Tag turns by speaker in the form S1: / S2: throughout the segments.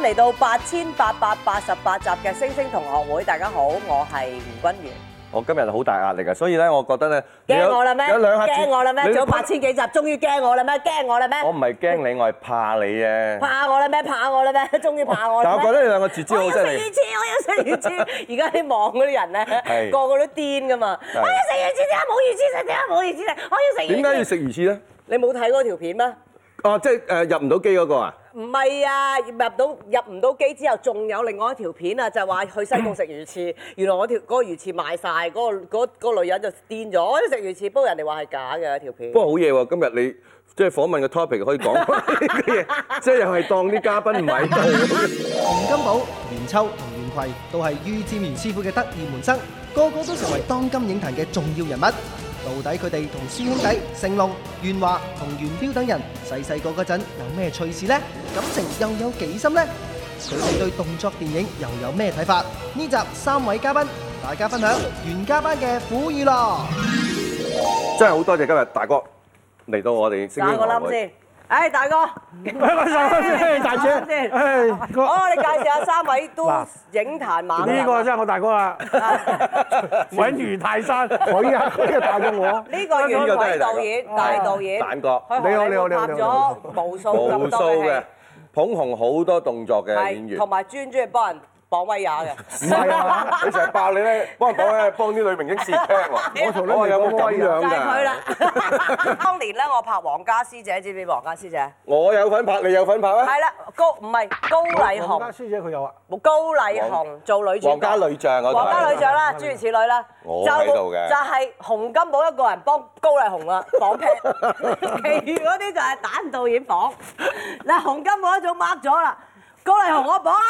S1: 嚟到八千八百八十八集嘅星星同學會，大家好，我係吳君
S2: 我今日好大壓力啊，所以咧，我覺得咧，你
S1: 如。
S2: 有
S1: 驚我啦咩？
S2: 有兩下
S1: 驚我啦咩？
S2: 你
S1: 做啊
S2: 有
S1: 八千幾集，終於驚我啦咩？驚我啦
S2: 我
S1: 咩？
S2: 唔係驚你，我係怕你啫。
S1: 怕我啦咩？怕我啦咩？ 終於怕我
S2: 但
S1: 啦
S2: 我覺
S1: 咩？
S2: 得你兩個絕招
S1: 我
S2: 好
S1: 要
S2: 犀
S1: 食
S2: 利
S1: 魚。翅，我要食魚翅。 而家啲網嗰啲人咧，
S2: 係
S1: 個個都癲噶嘛。我
S2: 係
S1: 要食魚翅，點解冇魚翅食？點解冇魚翅食？我要食魚翅。
S2: 點解要？食魚翅咧？
S1: 你冇睇嗰條片咩？
S2: 哦，即係誒入唔到機嗰個啊？
S1: 唔係啊，入到入唔到機之後，仲有另外一條片啊，就話去西貢食魚翅，原來我條嗰、個魚翅賣晒，嗰、個嗰、嗰個女人就癲咗，我要食魚翅，不過人哋話係假嘅條片
S2: 不。過好嘢喎，今日你即係訪問嘅 topic 可以講 呢啲嘢，即係又係當啲嘉賓唔 喺度。
S3: 吳金寶、袁秋同袁葵都係于占元師傅嘅得意門生，個個都成為當今影壇嘅重要人物。到底佢哋同師兄弟成龍、袁華同袁彪等人細細個嗰陣有咩趣事呢？感情又有幾深呢？佢哋對動作電影又有咩睇法？呢集三位嘉賓，大家分享袁家班嘅苦與樂。
S2: 真係好多謝今日大哥嚟到我哋星
S1: 打
S2: 星
S1: 個
S2: 堂
S1: 冧
S2: 會。
S1: 先，唉、大哥，
S4: 喂，大姐，
S1: 先，
S4: 唉
S1: 好，
S4: 個
S1: 我哋介紹下三位都
S4: 嗱
S1: 影壇猛人
S4: 呢個真係我大哥 啦，穩如泰山，佢啊佢啊大過 我，
S1: 呢個
S2: 呢個
S1: 袁
S2: 都
S1: 偉
S2: 係大
S1: 導
S2: 哥
S1: 演，大導演，
S2: 蛋哥
S1: 佢荷里活
S4: 你好你好
S1: 拍
S4: 你好
S1: 咗無數
S2: 無
S1: 咁
S2: 數
S1: 多嘅
S2: 嘅
S1: 戲，
S2: 捧紅好多動作嘅演
S1: 係
S2: 員。
S1: 同埋專專係幫人綁威亞嘅。
S2: 唔係啊！佢成日爆你咧，幫人講咧，幫啲女明星試聽 喎。我從來有冇咁 樣
S1: 就
S2: 㗎？
S1: 係佢啦。 當年咧，我拍黃家師姐，知唔知黃家師姐？
S2: 我有份拍，你有份拍咩？
S1: 係啦，高唔係高麗
S4: 黃家
S1: 紅，
S4: 師姐佢有啊，
S1: 高麗紅做女主角。
S2: 皇家女將嗰度。
S1: 皇家女將啦，諸如此類啦。
S2: 我喺度嘅
S1: 就就係洪金寶一個人幫高麗紅啦 綁劈，其餘嗰啲就係蛋導演綁。嗱，洪金寶一早 mark 咗啦，高麗紅我綁啊，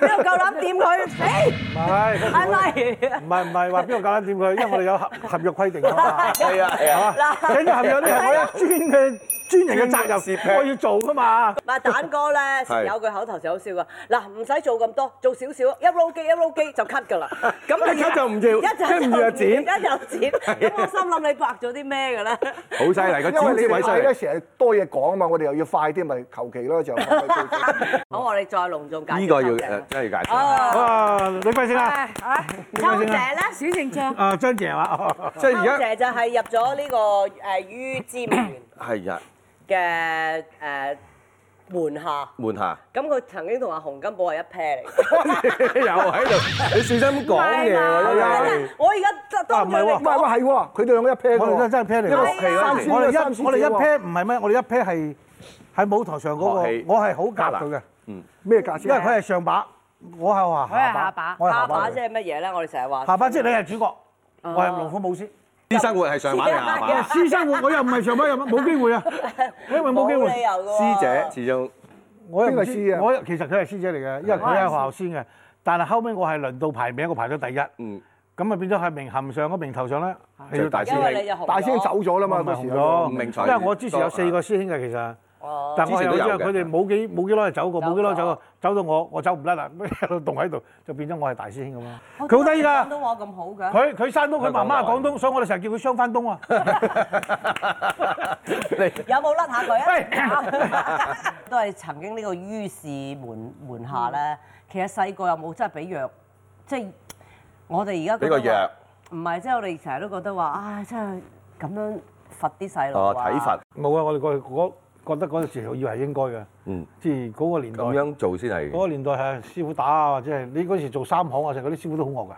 S1: 邊度夠膽掂佢？死
S4: 唔係
S1: 係咪？
S4: 唔係唔係話邊個搞得掂佢，因為我哋 有合合約規定啊嘛，
S2: 係啊係
S4: 係嘛
S2: 啊。
S1: 嗱
S4: 整個合約呢係我啊一專嘅專人嘅
S2: 專
S4: 責
S2: 業攝
S4: 任，
S2: 劇
S4: 我要做噶嘛，
S1: 唔係蛋哥咧，成日有句口頭就好笑噶。嗱，唔使做咁多，做少少，一撈機一撈機就 cut 㗎啦。咁你
S4: 一 cut 就唔要
S1: 一
S4: 即係唔要就剪
S1: 一就剪。咁我心諗你拍咗啲咩 㗎咧？
S2: 好犀利，個
S5: 因
S2: 剪
S5: 為你
S2: 接
S5: 哋
S2: 位犀
S5: 快咧
S2: 利。
S5: 成日多嘢講啊嘛，我哋又要快啲，咪求其 咯就
S1: 好，我哋再隆重介紹。
S2: 呢個要誒真係要介紹，
S1: 哦。
S4: 啊李桂先啊，
S1: 秋姐咧，
S4: 啊張姐啊，
S2: 即係
S1: 秋
S2: 而家
S1: 姐就係入咗呢個誒於之源
S2: 係啊，
S1: 嘅誒門下。
S2: 門下
S1: 咁佢曾經同阿洪金寶係一 pair 嚟。
S2: 又喺度，你小心講嘢喎，真係。
S1: 我而家當住
S4: 啊唔係
S5: 唔
S4: 喎
S1: 你
S5: 係喎，係喎，佢哋兩個一 pair
S4: 我哋真真係 pair 嚟
S5: 一個
S4: 喎
S5: 樂器嗰陣時
S4: 我哋
S5: 三
S4: 一
S5: 師
S4: 我哋一
S5: 姐喎
S4: pair 唔係咩，我哋一 pair 係喺舞台上嗰個，
S2: 學戲
S4: 我係好夾佢嘅，
S5: 咩價
S4: 因為佢
S5: 錢？
S4: 係上把，啊我係話下把，我係
S1: 下
S4: 下把
S1: 把
S4: 嚟
S1: 即
S4: 嘅。
S1: 係乜嘢咧？我哋成日話
S4: 下巴即係你係主角，我係龍虎武師。
S2: 私生活係上馬定下馬？
S4: 私生活我又唔係上班又冇機 會啊，因為冇機
S1: 理
S4: 會。
S1: 由㗎喎
S2: 師姐始終
S4: 我又
S5: 邊個
S4: 唔
S5: 師
S4: 知，
S5: 啊
S4: 我又其實佢係師姐嚟嘅，因為佢喺學校先嘅。但係後尾我係輪到排名，我排咗第一，
S2: 嗯
S4: 咁啊變咗係名銜上嗰名頭上咧係
S2: 就
S4: 要
S2: 大
S4: 大
S2: 師
S1: 因為你
S2: 兄，
S1: 就紅咗
S5: 大師兄走咗啦嘛，
S4: 唔係
S5: 嗰時
S4: 啊紅
S5: 候
S4: 咗，
S2: 唔明才
S4: 因為我之前有四個師兄嘅其實，
S1: 哦
S4: 但我
S2: 之前都
S4: 有因
S2: 有
S4: 為
S2: 嘅
S4: 佢哋冇幾冇幾耐就走過，
S1: 走過
S4: 冇幾耐走過，走到我我走唔甩啦，一路棟喺度，就變咗我係大師兄咁啦。佢好得意㗎
S1: 廣。東話咁好㗎。
S4: 佢佢山東，佢媽媽係廣東，所以我哋成日叫佢雙翻東啊！
S1: 有冇甩下佢啊
S4: 喂？
S1: 都係曾經呢個於氏門門下咧，其實細個有冇真係俾藥？即係我哋而家覺得
S2: 俾個
S1: 話
S2: 藥，
S1: 唔係即係我哋成日都覺得話，唉，真係咁樣罰啲細路
S2: 哦
S1: 啊
S2: 體罰，
S4: 冇啊！我哋嗰嗰覺得嗰陣時以為係應該嘅，
S2: 嗯，
S4: 即係嗰個年代，
S2: 咁
S4: 嗰
S2: 樣做先係
S4: 個年代係師傅打啊，或者係你嗰時做三行啊，成嗰啲師傅都好惡㗎，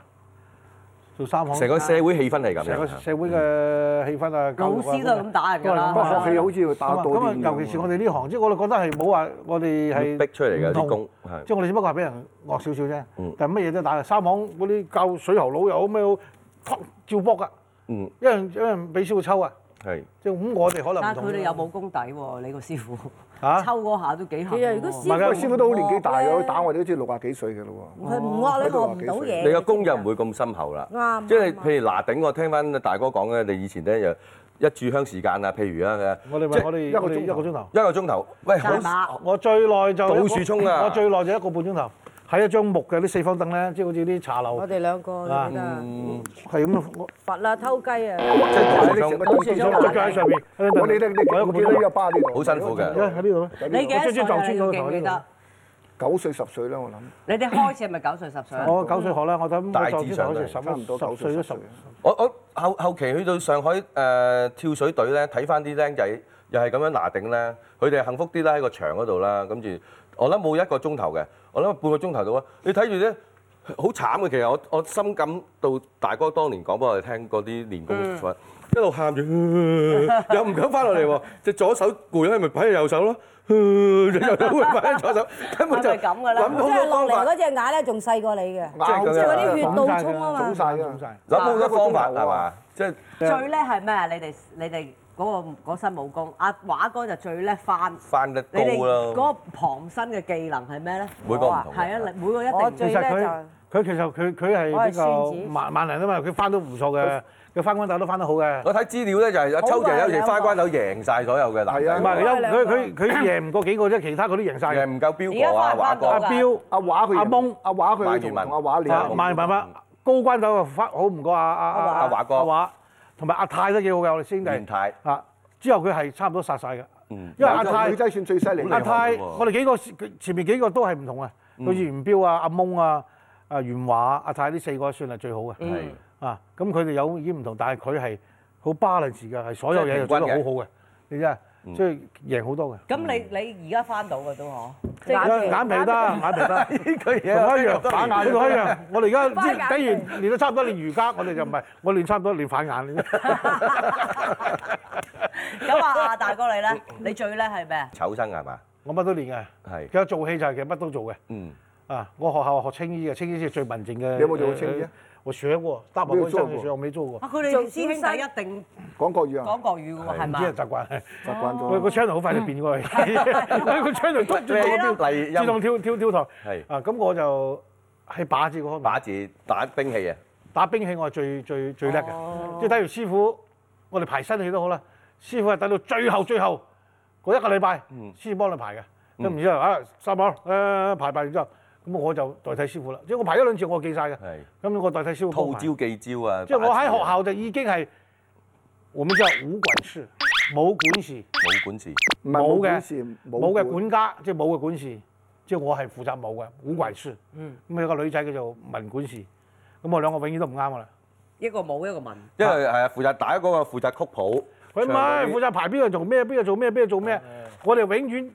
S4: 做三行
S2: 成個社會氣氛係咁
S4: 成個
S2: 樣。
S4: 社會嘅氣氛啊，
S1: 老師都係咁打人㗎啦
S4: 都係咁
S5: 不過
S4: 打
S5: 學戲好似要打到
S4: 咁啊，尤其是我哋呢行，即係我哋覺得係冇話我哋係
S2: 逼出嚟嘅
S4: 唔
S2: 啲
S4: 同
S2: 工係
S4: 即係我哋只不過係俾人惡少少啫
S2: 嗯。
S4: 但係乜嘢都打，三行嗰啲教水喉佬又好咩好，哐照卜㗎，
S2: 嗯
S4: 一人一人俾少抽啊！
S2: 係
S4: 即係咁，我哋可能唔
S1: 但係
S4: 同
S1: 佢哋
S4: 啫
S1: 有冇功底喎？你個師傅
S4: 嚇
S1: 抽嗰下都幾狠
S6: 其實如果
S1: 喎。
S6: 師
S4: 唔係㗎
S5: 喂，師傅都好年紀大嘅，
S6: 咧
S5: 佢打我哋都知六廿幾歲嘅咯
S6: 佢唔惡你學唔到嘢。
S2: 你個工又唔會咁深厚啦。
S6: 啱
S2: 即係
S6: 啱
S2: 譬如嗱頂，我聽翻大哥講咧，你以前咧又一炷香時間啊，譬如啊，
S4: 我哋
S2: 即
S4: 咪
S2: 係
S4: 我哋
S5: 一個
S4: 我哋
S5: 鐘
S4: 一
S5: 頭
S4: 個鐘頭，
S2: 一個鐘頭，喂，好
S1: 大馬
S4: 我最耐就
S2: 倒樹衝啊
S4: 我最耐就一個半鐘頭，喺一張木嘅啲四方凳咧，即係好似啲茶樓
S6: 我哋兩個
S4: 啊
S6: 記得
S4: 係咁，我
S6: 罰啦，偷雞啊！
S2: 即係倒樹衝
S5: 喎。
S4: 隻腳喺上邊，
S5: 我哋咧，
S4: 我一個半
S5: 你記得呢
S4: 鐘
S5: 個巴呢度
S2: 好辛苦
S4: 頭，因為
S2: 嘅。
S4: 喺呢度咧，
S1: 你幾多
S4: 我最
S1: 歲
S4: 最撞
S1: 啊？
S4: 穿
S1: 你
S4: 嗰個
S1: 記唔記
S4: 頭喺呢
S1: 得
S4: 度？
S5: 九歲十歲啦，我諗。
S1: 你哋開始係咪九歲十歲啊？
S4: 我九歲學啦，我諗
S2: 大
S4: 我再
S2: 致
S4: 之
S2: 上
S4: 後好似
S2: 係
S4: 十
S5: 差唔多
S4: 一十歲
S5: 九
S4: 都
S5: 歲
S4: 十
S5: 十歲
S2: 我我後後期去到上海誒、呃跳水隊咧，睇翻啲僆仔又係咁樣拿頂咧，佢哋幸福啲啦喺個場嗰度啦，跟住我諗冇一個鐘頭嘅，我諗半個鐘頭到啦。你睇住咧，好慘嘅其實我我深感到大哥當年講俾我哋聽嗰啲練功法，一路喊 住，呃又唔敢翻落嚟喎，隻左手攰咧咪擺喺右手咯，呃右手會擺 喺左手，根本就
S1: 係咪咁㗎啦
S2: 諗好
S7: 即係
S2: 多
S7: 落
S2: 方
S7: 嚟
S2: 法，
S7: 嗰隻眼咧，仲細過你嘅。
S2: 係咁
S7: 即係嗰
S2: 樣
S7: 啲血
S4: 腫
S7: 到
S4: 曬
S7: 衝啊
S4: 㗎
S7: 嘛
S4: 腫曬㗎
S5: 腫晒
S2: 諗好多方法係嘛？即係
S1: 最叻係咩啊？你哋你哋嗰個嗰身武功，阿華哥就最叻翻。
S2: 翻得
S1: 你
S2: 高
S1: 哋嗰
S2: 啦，
S1: 個旁身嘅技能係咩咧？
S2: 每個唔同
S1: 我話係啊，每個一
S7: 我
S1: 定
S4: 其
S7: 最
S4: 實
S7: 叻就
S4: 佢佢其實佢佢係
S7: 我係
S4: 比
S7: 孫
S4: 較
S7: 子
S4: 萬萬能啊嘛，佢翻都唔錯嘅，佢翻關鬥都翻得好 嘅。
S2: 我睇資料咧就係阿
S7: 好
S2: 秋姐
S7: 啊
S2: 有時
S7: 有
S2: 花
S7: 啊
S2: 關斗贏晒所有嘅男
S5: 係啊
S2: 仔，
S4: 唔
S2: 唔
S4: 係
S2: 係
S4: 有
S7: 有兩
S4: 佢
S7: 個
S4: 佢佢贏唔過幾個啫，其他嗰啲贏晒
S2: 贏
S4: 嘅。
S2: 唔夠標哥啊
S1: 而家
S2: 華
S1: 花關鬥
S4: 阿
S2: 哥
S1: 㗎。
S4: 彪、
S5: 阿華佢
S4: 阿蒙
S5: 阿華佢同
S2: 萬
S5: 同阿華練
S4: 啊
S2: 華
S5: 過。
S4: 萬萬萬高關鬥啊，翻好唔過阿阿
S7: 阿華
S2: 阿華哥嗯
S4: 阿華同埋阿泰都幾好嘅，我哋師兄
S2: 袁
S4: 弟
S2: 太，
S4: 啊。之後佢係差唔多殺晒嘅，
S2: 嗯
S4: 因為阿泰
S5: 女仔算最犀利
S2: 好
S5: 嘅。
S2: 厲害
S4: 阿泰，
S2: 喎嗯
S4: 我哋幾個佢前面幾個都係唔同啊，好似袁彪啊、阿蒙啊、啊袁華啊、阿泰呢四個算係最好嘅。
S2: 係
S4: 啊，咁佢哋有已經唔同，但係佢係好 balance 嘅，係所有嘢就做得好好嘅，你真係啊
S5: 嗯
S4: 即係贏好多嘅。
S1: 咁你你而家翻到嘅都嗬？
S7: 即係
S4: 眼眼皮得，眼皮得，
S2: 呢句
S4: 同我一樣
S2: 都
S4: 反眼，同我一樣。我哋而 家
S7: 反眼
S4: 即係等於練到差唔多練瑜伽，我哋就唔係，我練差唔多練反眼 嘅啫。
S1: 咁啊，阿大哥你咧，你最叻係咩啊？
S2: 醜生係嘛？
S4: 我乜都練嘅，
S2: 係
S4: 其，實做戲就係其實乜都做嘅。
S2: 嗯，
S4: 啊，我學校學青衣嘅，青衣先係最文靜嘅。
S5: 你有冇做過青衣啊
S4: 呃？我學過，搭埋嗰
S5: 你有做
S4: 陣
S5: 過
S4: 學，我未做過
S1: 啊，，佢哋
S7: 做
S1: 師兄
S7: 先生
S1: 弟一定
S5: 講國語啊
S1: 講，國語嘅喎，係
S4: 唔
S1: 嘛
S4: 知？係習慣係。
S5: 習慣
S4: 個個
S5: 咗。
S4: channel 好快就變過 去，個 channel 捉住我個
S2: 例音
S4: 標，自動跳跳跳台。
S2: 係
S4: 啊，咁我就喺靶子嗰方
S2: 打
S4: 面，
S2: 字打兵器啊，
S4: 打兵器我係最最最叻
S1: 哦
S4: 嘅。即係等如師傅，我哋排新戲都好啦，師傅係等到最後最後嗰一個禮拜先幫你排嘅。咁然之後啊，三寶誒排排完之後，咁我就代替師傅啦。即係我排咗兩次，我記晒嘅。
S2: 係
S4: 咁我代替師傅幫
S2: 套
S4: 我排。
S2: 招記招啊，
S4: 即係我喺學
S2: 打
S4: 校就已經係我們叫武管事，武管事。
S2: 字冇管事，
S5: 唔係
S4: 冇
S5: 冇
S4: 嘅
S5: 本事，
S4: 冇嘅管家，即係冇嘅管事，即係我係負責冇嘅古怪書。咁有個女仔叫做文管事，咁我兩個永遠都唔啱噶啦。
S1: 一個武一個文。
S2: 因為係負責打嗰個負責曲譜，
S4: 佢唔係負責排邊個做咩，邊個做咩，邊個做咩。我哋永遠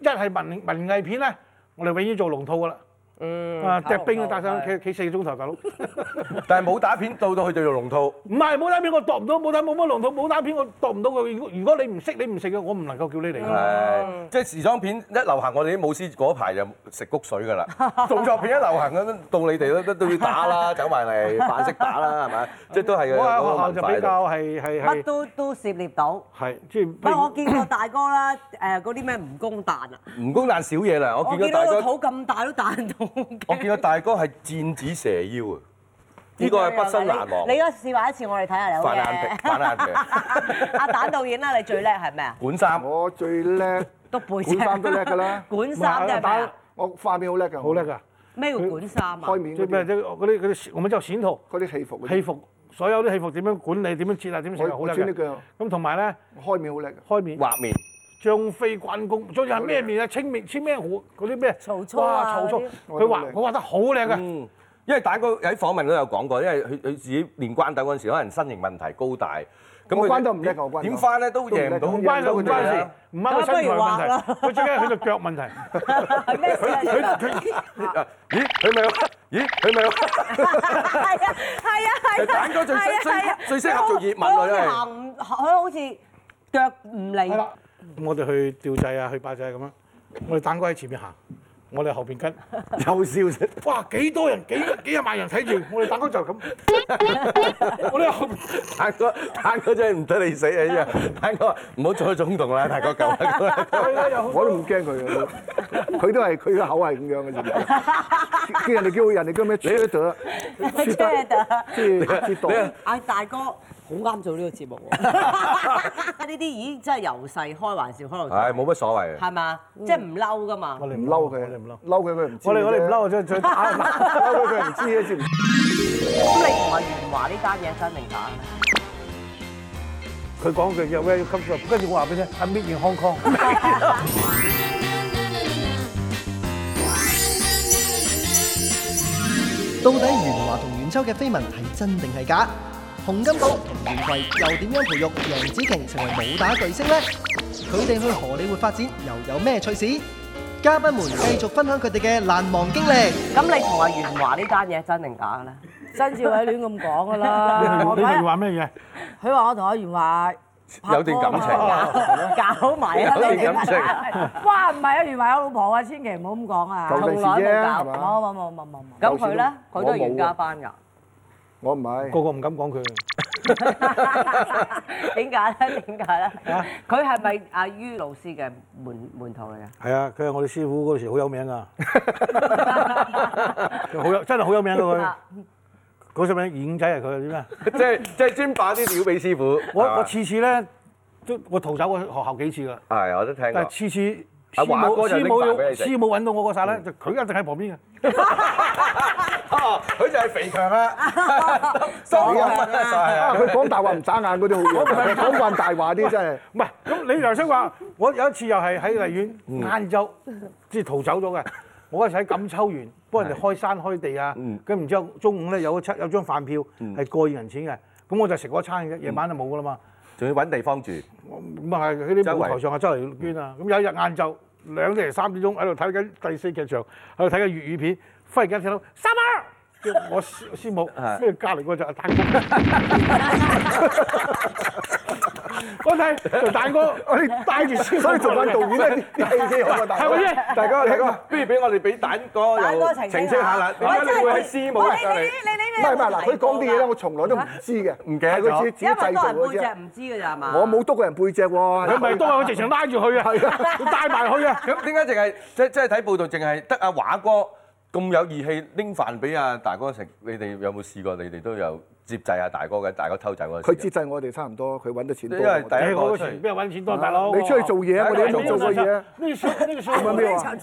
S4: 一係文文藝片咧，我哋永遠做龍套噶啦。
S1: 嗯
S4: 啊，踢兵啊，打上
S1: 係
S4: 企企四個鐘頭，大佬。
S2: 但係武打片到到去就用龍套，
S4: 唔係武打片我度唔到，武打冇乜龍套，武打片我度唔到佢。如果如果你唔識你唔食嘅，我唔能夠叫你嚟㗎。
S2: 係即係時裝片一流行，我哋啲武師嗰排就食谷水㗎啦，動作片一流行咁到你哋都都要打啦，走埋嚟扮識打啦，係咪？即係都係
S4: 我
S2: 有嗰個
S4: 喺
S2: 文
S4: 學校就
S2: 化喺度
S4: 比較係係
S1: 乜
S4: 係
S1: 都都涉獵到。
S4: 係即係。
S1: 不過我見過大哥啦，誒嗰啲咩蜈蚣彈啊，
S2: 唔公彈少嘢啦，我
S1: 我
S2: 見
S1: 見到
S2: 到大
S1: 個
S2: 哥，
S1: 肚咁大都彈到。
S2: 我見到大哥係箭指蛇腰啊！呢個係畢生難忘
S1: 你。你而家試玩一次，我哋睇下你好
S2: 反眼皮，
S1: 嘅。
S2: 反眼皮，
S1: 阿蛋導演啦，你最叻係咩啊？
S2: 管衫
S5: 我最 叻，
S1: 督背脊。
S5: 管衫都叻㗎啦。
S1: 管衫即係咩啊？
S5: 我塊面好叻㗎。
S4: 好叻㗎。
S1: 咩叫管衫啊？
S5: 開面
S4: 即係
S5: 嗰
S4: 咩？
S5: 啲
S4: 即係嗰啲嗰啲，我咪就閃圖、
S5: 嗰啲戲服嗰
S4: 戲
S5: 啲，
S4: 服，所有啲戲服點樣管理、點樣設啊、點樣成，
S5: 我
S4: 好
S5: 我
S4: 叻
S5: 專呢
S4: 嘅。
S5: 個
S4: 咁同埋咧，
S5: 開面好叻㗎。
S4: 開面
S2: 畫面，
S4: 張飛關公，最係咩面啊？清面、清咩好嗰啲咩？
S7: 曹操啊
S4: 哇曹操
S7: 嗰啲，
S4: 佢畫
S5: 我都
S4: 我畫得好啊靚嘅，
S2: 嗯，因為大哥喺訪問都有講過，因為佢佢自己練關鬥嗰陣時，可能身形問題高大，咁佢
S5: 我關鬥唔叻㗎我關鬥
S2: 點翻咧都贏唔到，
S5: 都
S4: 唔
S5: 唔
S4: 關
S5: 叻
S4: 佢唔
S2: 啊
S4: 關事，唔關佢身材問
S1: 咁不
S4: 題，佢最緊係佢隻腳問題。
S1: 係咩事啊？
S4: 佢佢
S2: 啊咦，佢咪有？咦，佢咪有？
S1: 係啊，係啊，係啊。
S2: 蛋哥最
S1: 係啊
S2: 最
S1: 係啊
S2: 最最適合做葉問啊
S1: 佢好似行唔，佢好
S2: 真係
S1: 似腳唔
S4: 係
S1: 嚟
S4: 啦，我哋去吊掣啊，去拜祭啊咁樣，我哋蛋哥喺前面行，我哋後邊跟。
S2: 又笑死，
S4: 哇！幾多人，幾幾廿萬人睇住，我哋蛋哥就咁，我哋喺後邊。
S2: 大哥大哥真係唔得你死啊！依家大哥唔好再衝動啦，大哥夠啦。
S5: 我都唔驚佢嘅， 佢都係佢個口係咁樣嘅啫。叫啊人哋叫人哋叫咩 c h e r
S1: 即係。
S5: 即係啊知道。
S1: 嗌大哥好啱做呢個節目喎，呢啲已經真係由細開玩笑開到大，
S2: 唉，冇乜所謂嘅，
S1: 係嘛？即係唔嬲噶嘛
S4: 我。哋
S5: 唔嬲佢，啊
S4: 我哋唔嬲。
S5: 嬲佢佢唔知。
S4: 我哋我哋唔，嬲，最 最打打
S5: 嬲佢佢唔知嘅知唔知？
S1: 咁你同阿袁華呢單嘢真定假咧？
S4: 佢講句嘢 very comfortable，跟住我話俾你聽，I'm made in Hong Kong。
S3: 到底袁華同袁秋嘅緋聞係真定係假？洪金寶同袁葵又點樣培育楊紫瓊成為武打巨星呢？佢哋去荷里活發展又有咩趣事？嘉賓們繼續分享佢哋嘅難忘經歷。
S1: 咁你同阿袁華呢單嘢真定假嘅咧？
S7: 曾志偉亂咁講㗎啦。我
S4: 你
S7: 嗰
S4: 咪
S7: 日
S4: 話咩嘢？
S7: 佢話我同阿袁華拍
S2: 有段感情
S7: 拖嘛
S1: 搞埋啊！
S2: 有
S1: 你
S2: 啲
S1: 哋
S2: 感情
S7: 哇，唔係啊，袁華有老婆啊，千祈唔好咁講
S6: à.
S7: 啊。
S5: 舊
S1: 從
S5: 地
S1: 來
S5: 時
S1: 冇
S5: 啫，
S1: 搞
S7: 冇
S5: 係嘛？
S7: 冇冇冇冇冇。
S1: 咁佢咧，佢都係
S5: 我冇啊
S1: 袁家班 㗎。
S5: 我唔係。
S4: 個個唔敢講佢。
S1: 點解咧？點解
S4: 啊
S1: 咧？佢係咪阿於老師嘅門門徒嚟㗎？
S4: 係啊，佢係我哋師傅嗰時好有名 啊，佢好有真係好有名啊佢。嗰首名演仔係佢點啊？
S2: 即係即係專把啲料俾師傅。
S4: 我
S2: 係嘛
S4: 我次次咧都我逃走過學校幾次㗎，
S2: 係我都聽
S4: 但係
S2: 過。
S4: 次次
S2: 阿
S4: 師
S2: 華
S4: 母
S2: 哥就
S4: 師
S2: 拎
S4: 母
S2: 飯
S4: 要
S2: 俾你食
S4: 師母揾到我嗰剎咧，就佢一定喺旁邊嘅。
S2: 哦，佢就係肥強啊，多
S5: 係
S2: 啊，
S5: 啊
S2: 係
S5: 啊
S2: 啊
S5: 佢講大話唔眨眼嗰啲 好嘢，講慣大話啲真係。
S4: 唔係，咁你頭先話，我有一次又係喺荔園晏晝，即係逃走咗嘅。我嗰陣時喺錦秋園幫人哋開山開地啊，咁然之後中午咧有七有張飯票係過二人錢嘅，咁我就食嗰餐嘅，夜晚就冇噶啦嘛。
S2: 仲要揾地方住，
S4: 咁啊喺啲舞台上啊周嚟捐啊，
S5: 嗯
S4: 咁有一日晏晝兩點零三點鐘喺度睇緊第四劇場，喺度睇緊粵語片，忽然間聽到三啊！叫我師師 母，
S5: 啊
S4: 咩隔離嗰就係蛋哥， 我睇就蛋哥，我哋帶住師母
S5: 所以做翻導演咧，啲戲先好啊，大
S4: 係咪
S5: 佬。
S4: 先？
S2: 大哥，大哥，不如俾我哋俾蛋哥
S1: 蛋哥
S2: 又
S1: 澄清
S2: 澄清下啦。點解
S1: 喂
S2: 你會喺
S1: 真
S2: 師
S1: 係
S2: 母
S1: 喂
S2: 上嚟？
S5: 唔係唔係嗱，佢講啲嘢咧，我從來都唔知嘅，
S2: 唔記得咗
S5: 係佢自己自己
S1: 因為
S5: 製
S1: 多人
S5: 造
S1: 背
S5: 嘅啫。
S1: 脊唔啊知㗎咋係嘛？
S5: 我冇督過人背脊喎，
S4: 佢咪都係我直情拉住佢啊，佢帶埋佢啊。
S2: 咁點解淨係即即係睇報道，淨係得阿華哥咁有義氣拎飯俾阿大哥食？你哋有冇試過？你哋都有接濟下大哥嘅，大哥偷走嗰陣時
S5: 佢節制我哋差唔多，佢揾得錢多。
S2: 因為第
S4: 誒，
S2: 一
S4: 我
S2: 個
S4: 嗰時邊有揾錢多，大佬？
S5: 啊你出去做嘢，我哋都做過嘢。啊
S4: 那時候那個時
S5: 怎
S4: 候
S5: 么没有啊？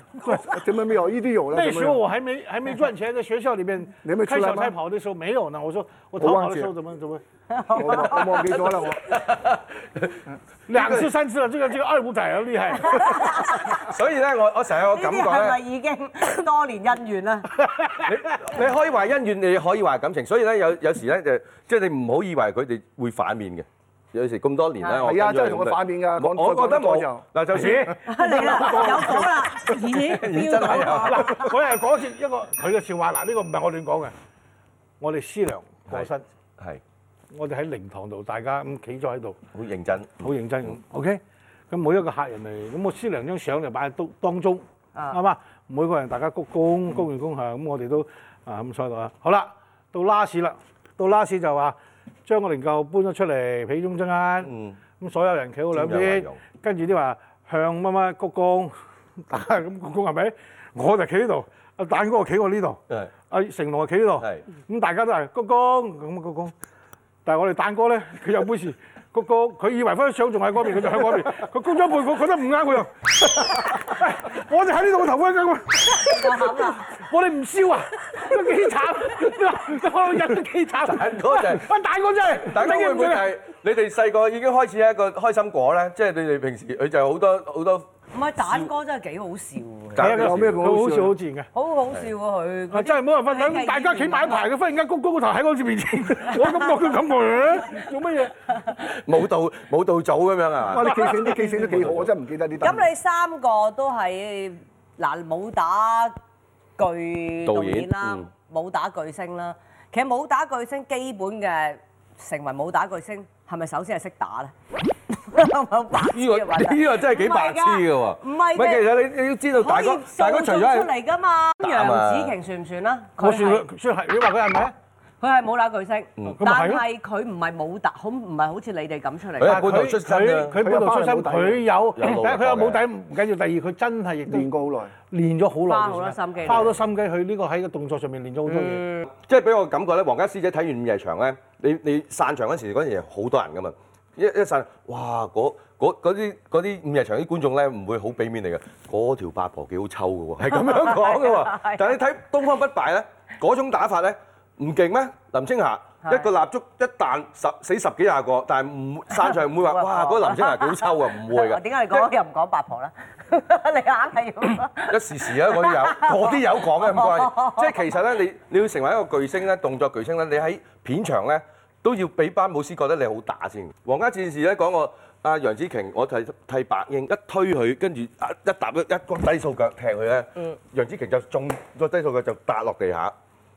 S5: 怎么没有？一定有了。
S4: 那
S5: 怎么
S4: 时
S5: 有
S4: 候我还没还没赚钱，在学校里面
S5: 你们出
S4: 开
S5: 来吗
S4: 小差跑的时候没有呢。我说我
S5: 我
S4: 逃
S5: 忘
S4: 跑的
S5: 记
S4: 时候
S5: 了
S4: 怎么怎么
S2: 啊
S5: 我我忘記咗啦，我
S4: 两次三次了，这个这个二五仔啊厉 害，
S2: 所以咧，我我成日我
S1: 呢
S2: 感
S1: 啲
S2: 覺
S1: 係
S2: 咧
S1: 咪。已經 多年恩怨啊 啦？
S2: 你可以話恩怨，你可以話感情，所以咧有有時咧就即係你唔好以為佢哋會反面嘅。有時咁多年咧，我
S5: 係啊
S2: 跟咗
S5: 真係同佢
S2: 佢
S5: 反面㗎
S2: 我
S5: 講
S2: 我覺得
S5: 講
S2: 冇
S5: 講就
S2: 嗱，就算
S1: 嚟啦，有火啦！咦，飆
S2: 真
S1: 到
S2: 係
S1: 啊！
S2: 啊，
S4: 嗱我又講一次一個佢嘅笑話，嗱呢個唔係我亂講嘅，我哋思良過身，
S2: 係
S4: 我哋喺靈堂度大家咁企咗喺度，
S2: 好認真，
S4: 好認
S2: 嗯
S4: 真咁，OK，咁每一個客人嚟，咁我思良張相就擺喺當當中，
S2: 啊
S4: 啱嘛？每個人大家鞠
S2: 嗯
S4: 躬，鞠完躬係咁，我哋都啊咁所以啊，好啦，到 last 啦，到 last 就話將個靈柩搬咗出嚟，皮中中間。
S2: 嗯，
S4: 咁所有人企好兩
S2: 佔有為
S4: 邊
S2: 用，
S4: 跟住啲話向乜乜鞠躬， 大家咁鞠躬係咪？我就企呢度，阿蛋哥企我呢度，
S2: 係
S4: 阿成龍就企呢度
S2: 係，
S4: 咁大家都係鞠躬咁鞠躬。但係我哋蛋哥咧，佢有本事鞠躬，佢以為翻相仲喺嗰邊，佢就喺嗰邊，佢鞠咗一半，佢覺得唔啱佢又， 喂我哋喺呢度個頭盔咁。我哋唔燒啊！都幾慘，你話我人都幾慘。
S2: 蛋哥就係
S4: 喂蛋哥真係，
S2: 大家會唔會
S4: 頂唔順啊
S2: 係你哋細個已經開始一個開心果咧？即係你哋平時佢就好多好多
S1: 唔係蛋哥真係幾好笑喎，
S4: 係啊
S2: 搞
S4: 佢
S5: 有咩
S4: 佢
S5: 好笑
S4: 好笑好自然嘅。
S1: 好好笑啊佢
S4: 啊！真係冇辦法，兩大家企埋一排，佢忽然間高高個頭喺我面前，我感覺佢感覺呃 做乜嘢？
S2: 舞蹈舞蹈組咁樣啊
S5: 哇！你 記性啲記性都幾好，我真係唔記得呢單嘢。
S1: 咁你三個都係嗱武打巨導演啦
S2: 導演，
S1: 武打巨星啦。其實武打巨星基本嘅成為武打巨星，係咪首先係識打咧？
S2: 呢
S1: 呢
S2: 個呢個真係幾白痴嘅喎。
S1: 唔係
S2: 唔係其
S1: 嘅，
S2: 實你你要知道，大
S1: 可以
S2: 哥大哥除
S1: 塑
S2: 咗
S1: 造
S2: 係
S1: 出嚟㗎嘛。
S2: 打
S1: 楊
S2: 嘛
S1: 紫瓊算唔算啦？
S4: 我
S1: 佢
S4: 算
S1: 係
S4: 佢算係，你話佢係咪？
S1: 佢係武打巨星，
S4: 咁咪係
S1: 但
S4: 咯
S1: 係佢唔係武打，好唔係好似你哋咁出嚟
S2: 佢。係半
S4: 但係
S2: 途
S4: 佢
S2: 出身啊
S4: 佢佢半途出身，
S5: 佢有
S4: 佢 有第
S2: 有
S4: 一
S2: 努力
S4: 佢有
S2: 過嘅
S4: 冇底唔緊要，第二佢真係亦都
S5: 練過好耐，
S4: 練咗好耐，
S1: 花好多心機
S4: 花好多心機去呢個喺個動作上面練咗好多嘢。
S2: 即係俾我感覺咧，黃家師姐睇完午夜場咧，你你散場嗰時嗰陣時好多人噶嘛，一一散，哇！嗰嗰嗰啲嗰啲午夜場啲觀眾咧唔會好俾面你嘅，嗰條八婆幾好抽嘅喎，係 咁樣講 嘅
S1: 係啊係啊
S2: 喎。但係你睇東方不敗咧，嗰種打法咧唔勁咩？林青霞
S1: 係
S2: 一個蠟燭一彈十死十幾 廿個，但係唔散場唔會話哇嗰個林青霞幾好抽啊，唔會
S1: 我
S2: 嘅。
S1: 點解你講又唔講八婆咧？ 你硬係要。
S2: 一時時啊，嗰啲有，嗰啲有講嘅唔關。即係其實咧，你你要成為一個巨星咧，動作巨星咧，你喺片場咧都要俾班武師覺得你好打先。皇家戰士咧講我阿楊紫瓊，我替替白英一推佢，跟住啊一踏一一個低數腳踢佢咧，楊紫瓊就中個低數腳就笪落地下。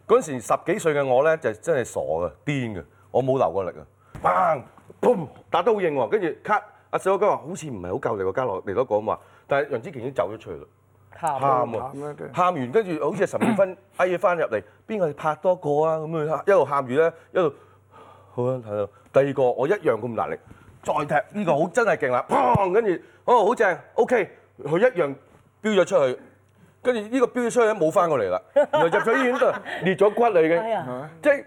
S2: 嗰陣時十幾歲嘅我咧就真係傻嘅，癲嘅，我冇留過力啊，bang，砰，打得好硬喎，跟住 cut。阿細佬哥話好似唔係好夠力喎，加落嚟多個咁話，但係楊紫瓊已經走咗出去啦。喊啊
S5: 喊啊真！係
S2: 喊完跟住好似係十二分，哎嘢翻入嚟，邊個拍多個啊？咁樣一路喊住咧，一路好啊，睇到第二個我一樣咁大力，再踢呢、個好真係勁啦，砰！跟住哦好正，OK，佢一樣飆咗出去，跟住呢個飆咗出去冇翻過嚟啦，原來入咗醫院都裂咗骨嚟嘅。即係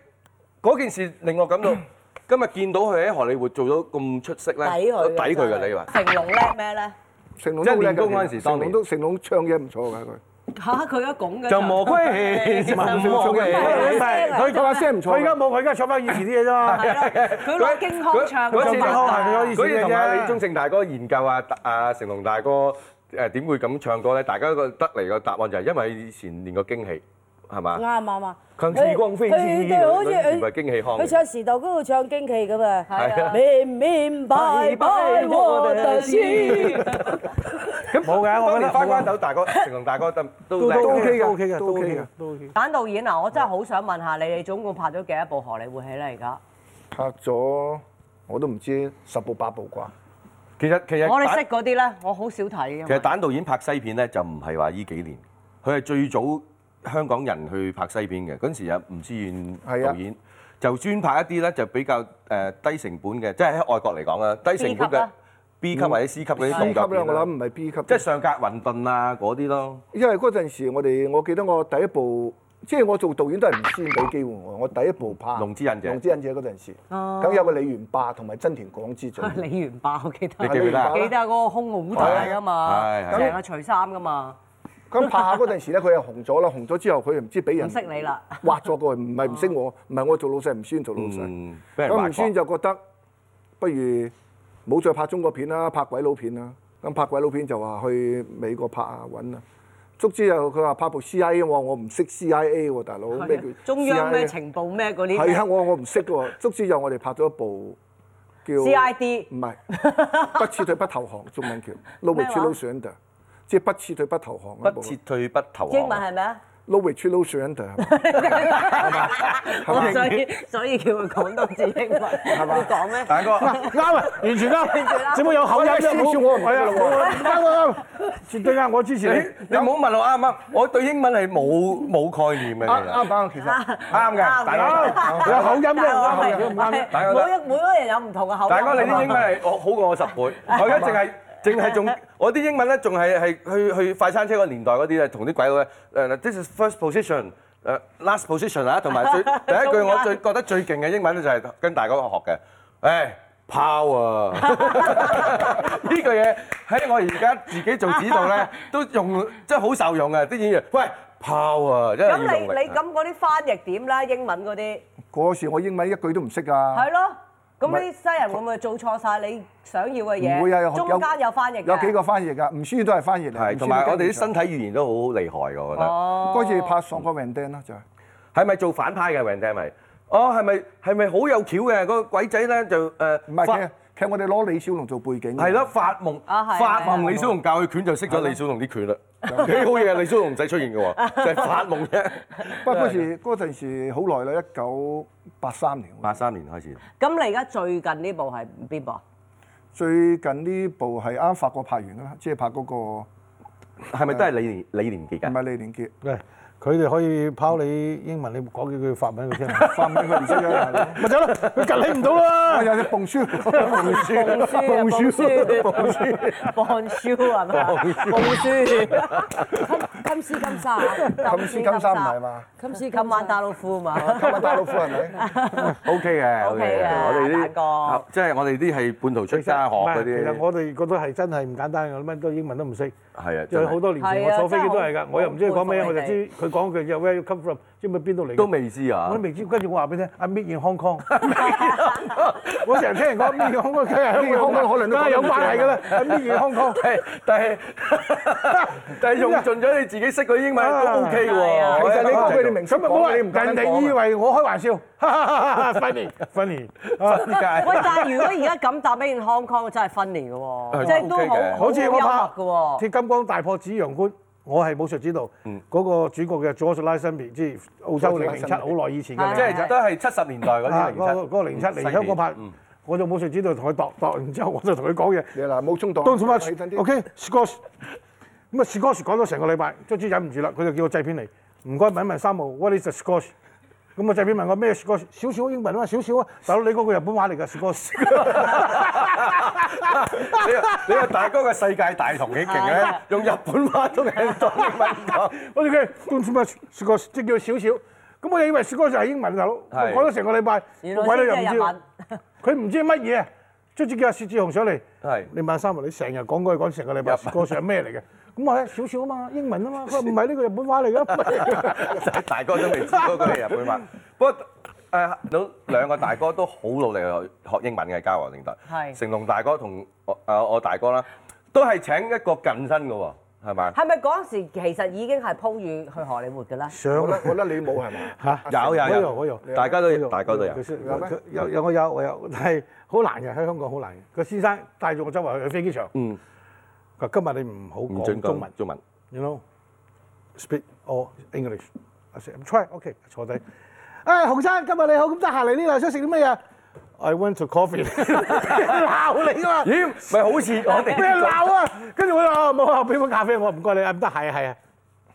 S2: 嗰件事令我感到，今日見到佢喺荷里活做到咁出色咧，
S1: 抵佢㗎，
S2: 抵佢
S1: 真係。
S2: 嘅你話。
S1: 成龍叻咩呢？嚇，佢而家拱緊
S2: 即係練功
S5: 成龍都好叻㗎
S2: 嗰陣時
S5: 成龍
S2: 當年
S5: 都成龍唱嘢唔錯㗎佢。
S2: 就無 歸期，
S1: 就
S2: 無
S1: 無
S2: 歸
S1: 歸
S2: 期
S1: 期。
S5: 佢佢把聲唔
S4: 佢
S5: 錯
S4: 而家
S5: 㗎。
S4: 冇，佢而家唱翻以前啲嘢啫 嘛。
S1: 係咯，佢攞京腔唱，
S2: 嗰次
S1: 佢就
S2: 康
S1: 扮
S4: 係佢可以
S2: 嗰次同阿李宗盛大哥研究啊，阿成龍大哥誒點會咁唱歌咧？大家個得嚟個答案就係因為以前練過京戲，係嘛？
S6: 啱啱啊！
S2: 強似光飛之
S6: 佢佢好似
S2: 唔係
S6: 佢
S2: 京戲腔
S6: 佢
S2: 嚟。
S6: 唱時代嗰度唱京劇咁啊！
S2: 係啊
S6: 明明白白我的心。
S2: 咁
S4: 冇嘅我
S2: 當
S4: 覺得
S2: 年
S4: 冇
S2: 翻
S4: 嘅
S2: 關斗大哥、成龍大哥都都
S4: 都
S2: 叻嘅
S4: OK 嘅，
S5: 都
S4: 都 OK 嘅，都
S5: OK 嘅
S4: OK 嘅，都 OK 嘅。
S1: 反導演啊，我真係好想問下你，你總共拍咗幾多部荷里活戲呢，而家？
S5: 拍咗我都唔知十部八部啩。
S2: 其實其實蛋
S1: 我哋識嗰啲呢，我好少睇嘅嘛。
S2: 其實蛋導演拍西片咧就唔係話依幾年，佢係最早香港人去拍西片嘅。嗰陣時有吳思遠
S5: 係啊
S2: 導演，就專拍一啲咧就比較誒低成本嘅，即係喺外國嚟講啦，低成本
S1: 級
S2: 嘅
S1: 啦
S2: B 級或者 C 級嗰啲動
S5: B 級啦，
S2: 作
S5: 我
S2: 片
S5: 諗
S2: 啦，
S5: 唔係 B 級。
S2: 即係上格雲頓啊嗰啲咯。
S5: 因為嗰陣時我哋，我記得我第一部，即係我做導演都係唔先俾機會我。我第一部拍《
S2: 龍之忍者
S5: 龍之忍者》嗰陣時，咁有個李元霸同埋真田廣 之做。
S1: 李元霸，我記得。
S2: 你記唔記得啊？
S1: 記得嗰個胸好大㗎嘛，
S2: 係，係。
S1: 成日除衫㗎嘛，
S5: 咁拍下嗰陣時咧，佢又紅咗啦，紅咗之後佢又唔知俾人
S1: 唔識你啦。
S5: 挖咗過去，唔係唔識我，唔係我做老細，吳宣做老細。
S2: 嗯，俾人
S5: 咁
S2: 話
S5: 吳宣就覺得不如冇再拍中國片啦，拍鬼佬片啦。咁拍鬼佬片就話去美國拍啊揾啊。足之又佢話拍部 CIA 喎，我唔識 CIA 喎，大佬咩叫
S1: 中央咩
S5: CIA
S1: 情報咩嗰啲
S5: 係啊，我我唔識嘅喎。足之就我哋拍咗一部叫
S1: CID
S5: 唔係不撤退不投降，中文叫 No
S1: 咩
S5: Retreat
S1: 話
S5: No Surrender，即係不撤退不投降嗰
S2: 不
S5: 部
S2: 撤退不投降。
S1: 英文係咪啊？
S5: No Retreat No Surrender 係 咪
S1: 所以所以叫佢講多次英文，佢講咩？
S2: 大哥，
S4: 啱啊，完全啱，只不過有口音啫，
S5: 少少我唔
S4: 係啊，啱啱啱，絕對啱，我支持你。
S2: 你你唔好問我啱唔啱，我對英文係冇冇概念嘅。其實
S5: 啱啱其實
S2: 啱嘅，大
S1: 啱
S2: 哥
S1: 嘅。
S4: 有口音啫，有口音
S1: 係
S4: 唔啱嘅。
S2: 大家
S1: 每一每個人有唔同嘅口音。
S2: 大哥，你啲英文係我好過我十倍， 我而家淨係淨係 仲我啲英文咧，仲係係去去快餐車個年代嗰啲咧，同啲鬼佬咧誒，this is first position。誒 last position 啊，同埋 最第一句我最覺得最勁嘅英文咧就係跟大哥學嘅，誒 power 呢句嘢喺我而家自己做指導 咧都用，真係好受用啊嘅啲演員，喂 power 真係
S1: 咁
S2: 要
S1: 你
S2: 用力啊
S1: 你咁嗰啲翻譯點啦？英文嗰啲
S5: 嗰時我英文一句都唔識㗎。
S1: 係咯。咁啲西人會唔會做錯晒你想要嘅嘢？
S5: 唔會啊，有
S1: 中間有翻譯嘅
S5: 有幾個翻譯㗎，吳書都係翻譯嚟。吳
S2: 係
S5: 書
S2: 同埋
S5: 都
S2: 我
S5: 跟
S2: 哋
S5: 唔
S2: 啲身體語言都好厲害嘅，我覺得。
S5: 上嗰次拍《喪國 Van d a n 啦，就係
S2: 係咪做反派嘅 Van d a 咪？哦，係咪係咪好有橋嘅？嗰個鬼仔咧就誒
S5: 唔係
S2: 發
S5: 嘅，其實我哋攞李小龍做背景。
S2: 係咯，發夢
S1: 啊係
S2: 發
S1: 係
S2: 夢李小龍教佢拳就識咗李小龍啲拳啦，幾好嘢！李小龍唔使出 現嘅喎，就係發夢啫。
S5: 不過嗰時嗰陣時好耐啦，一九八三年。
S2: 八三年開始，
S1: 咁你而家最近呢部係邊部啊？
S5: 最近呢部係啱法國拍完㗎啦，即係拍嗰個唔
S2: 係咪都係李連李連傑㗎？
S5: 係李連杰，
S4: 喂，佢哋可以拋你英文，你講幾句法文佢聽。
S5: 發明佢唔識嘅係咯。
S4: 咪走啦，佢隔你唔到啦
S5: 啊。有隻蹦書， 蹦書
S1: 磅書啊， 磅書，磅書，磅書係咪啊？磅書，
S7: 金絲金沙啊，
S5: 金絲金沙唔係嘛？
S7: 金絲金
S1: 今晚
S7: 沙
S1: 打老虎嘛，
S5: 今晚打老虎係咪？
S2: O K 嘅
S1: OK 嘅
S2: 我哋
S1: 大
S2: 啲
S1: 個
S2: 即係我哋啲係半途出家學
S4: 唔係
S2: 嗰
S4: 其實
S2: 啲，
S4: 我哋覺得係真係唔簡單嘅，乜都英文都唔識。
S2: 係啊，真
S4: 有
S2: 係
S4: 好多年前
S1: 係啊
S4: 我坐飛機都
S1: 真
S4: 係
S1: 係
S4: 㗎
S1: 好，
S4: 我又唔知佢講咩，
S1: 好佩服你
S4: 我就
S1: 哋
S4: 知佢講句就 Where you come from，知唔知邊度嚟嘅？
S2: 都未知啊
S4: 我都。未知，跟住我話俾你聽，阿 Made in Hong Kong，我成日聽人講 Made in Hong Kong，梗係
S5: Made in Hong Kong 可能都
S4: 梗係有
S5: 講得唔
S4: 關係㗎啦，阿 Made in Hong Kong。
S2: 但係 但係但係用盡咗你自己識嗰啲英文都 O K 嘅喎。
S5: 其實你
S4: Ờ.
S5: 講俾你明，
S4: 咁啊，冇話
S5: 你
S4: 人
S5: 唔簡
S4: 哋以為我開玩 笑，funny，funny，
S1: 喂，但係如果而家咁搭俾 Hong Kong 真係分裂嘅
S2: 係
S1: 喎，即係都好
S2: OK
S1: 好
S2: 嘅
S4: 好
S1: 似
S4: 似
S1: 幽
S4: 我拍
S1: 默
S4: 《
S1: 嘅喎。
S4: 鐵金剛大破紫陽觀》，我係武術指導，嗰個主角嘅 George l a s e n b y 即係澳洲零零七好耐以前嘅
S1: 係
S4: 零
S2: 即
S4: 零七，
S2: 係都係七十年代嗰
S4: 啊
S2: 啲零
S4: 嗰
S2: 七
S4: 個嗰個零
S2: 嗯
S4: 七嚟香港拍，我做武術指導同佢度度完之後，我就同佢講嘢。
S5: 你嗱冇衝動
S4: Don't
S5: 睇真
S4: much。
S5: 啲
S4: OK, Scotch。咁啊，Scotch 講咗成個禮拜，卒之忍唔住啦，佢就叫我製片嚟，唔該問一問三毛，What is a Scotch？咁我製片問我咩 Scotch？少少英文啊嘛，少少啊，大佬你嗰個日本話嚟㗎 Scotch。
S2: 你個你個大哥嘅世界大同幾勁咧，用日本話同人當英文講。
S4: 我哋嘅 Don't much Scotch，即叫少少。咁我以為 Scotch 就係英文，大佬
S2: 係
S4: 講咗成個禮拜，
S1: 原來
S4: 鬼佬又唔
S1: 先至係日文
S4: 知，佢唔知乜嘢啊。卒之叫阿薛志雄上嚟，
S2: 係
S4: 你問三毛，你成日講嗰句講成個禮拜
S2: 日文
S4: Scotch 係咩嚟嘅？咁我咧少少啊嘛，英文啊嘛，佢話唔係呢個日本話嚟㗎。
S2: 大哥都未知嗰個係日 本話。不過誒，兩兩個大哥都好努力去學英文嘅嘉禾年代。
S1: 係
S2: 成龍大哥同我誒我大哥啦，都係請一個近身嘅喎，係咪？
S1: 係咪嗰陣時其實已經係鋪雨去荷里活嘅啦？
S4: 上
S5: 我覺得我覺得你冇係嘛？
S4: 嚇
S2: 有有
S4: 我有我
S2: 有
S4: 有，
S2: 大家都
S4: 我
S2: 有大家都有
S4: 佢。先
S5: 有咩
S4: 佢有有我有我有，但係好難嘅喺香港好難嘅。個先生帶住我周圍去飛機場，
S2: 嗯，
S4: 佢話今日你唔好
S2: 唔準講
S4: 講中文
S2: 中文。
S4: ，you know speak all English。I said I'm try OK 坐低。誒，洪生今日你好，咁得閒嚟呢度想食啲乜嘢？I went to coffee 鬧你啊嘛！
S2: 咦，咪好似 我
S4: 俾人
S2: 哋
S4: 鬧啊！跟住我話冇啊，俾碗咖啡我，唔該你啊，唔得係啊係啊！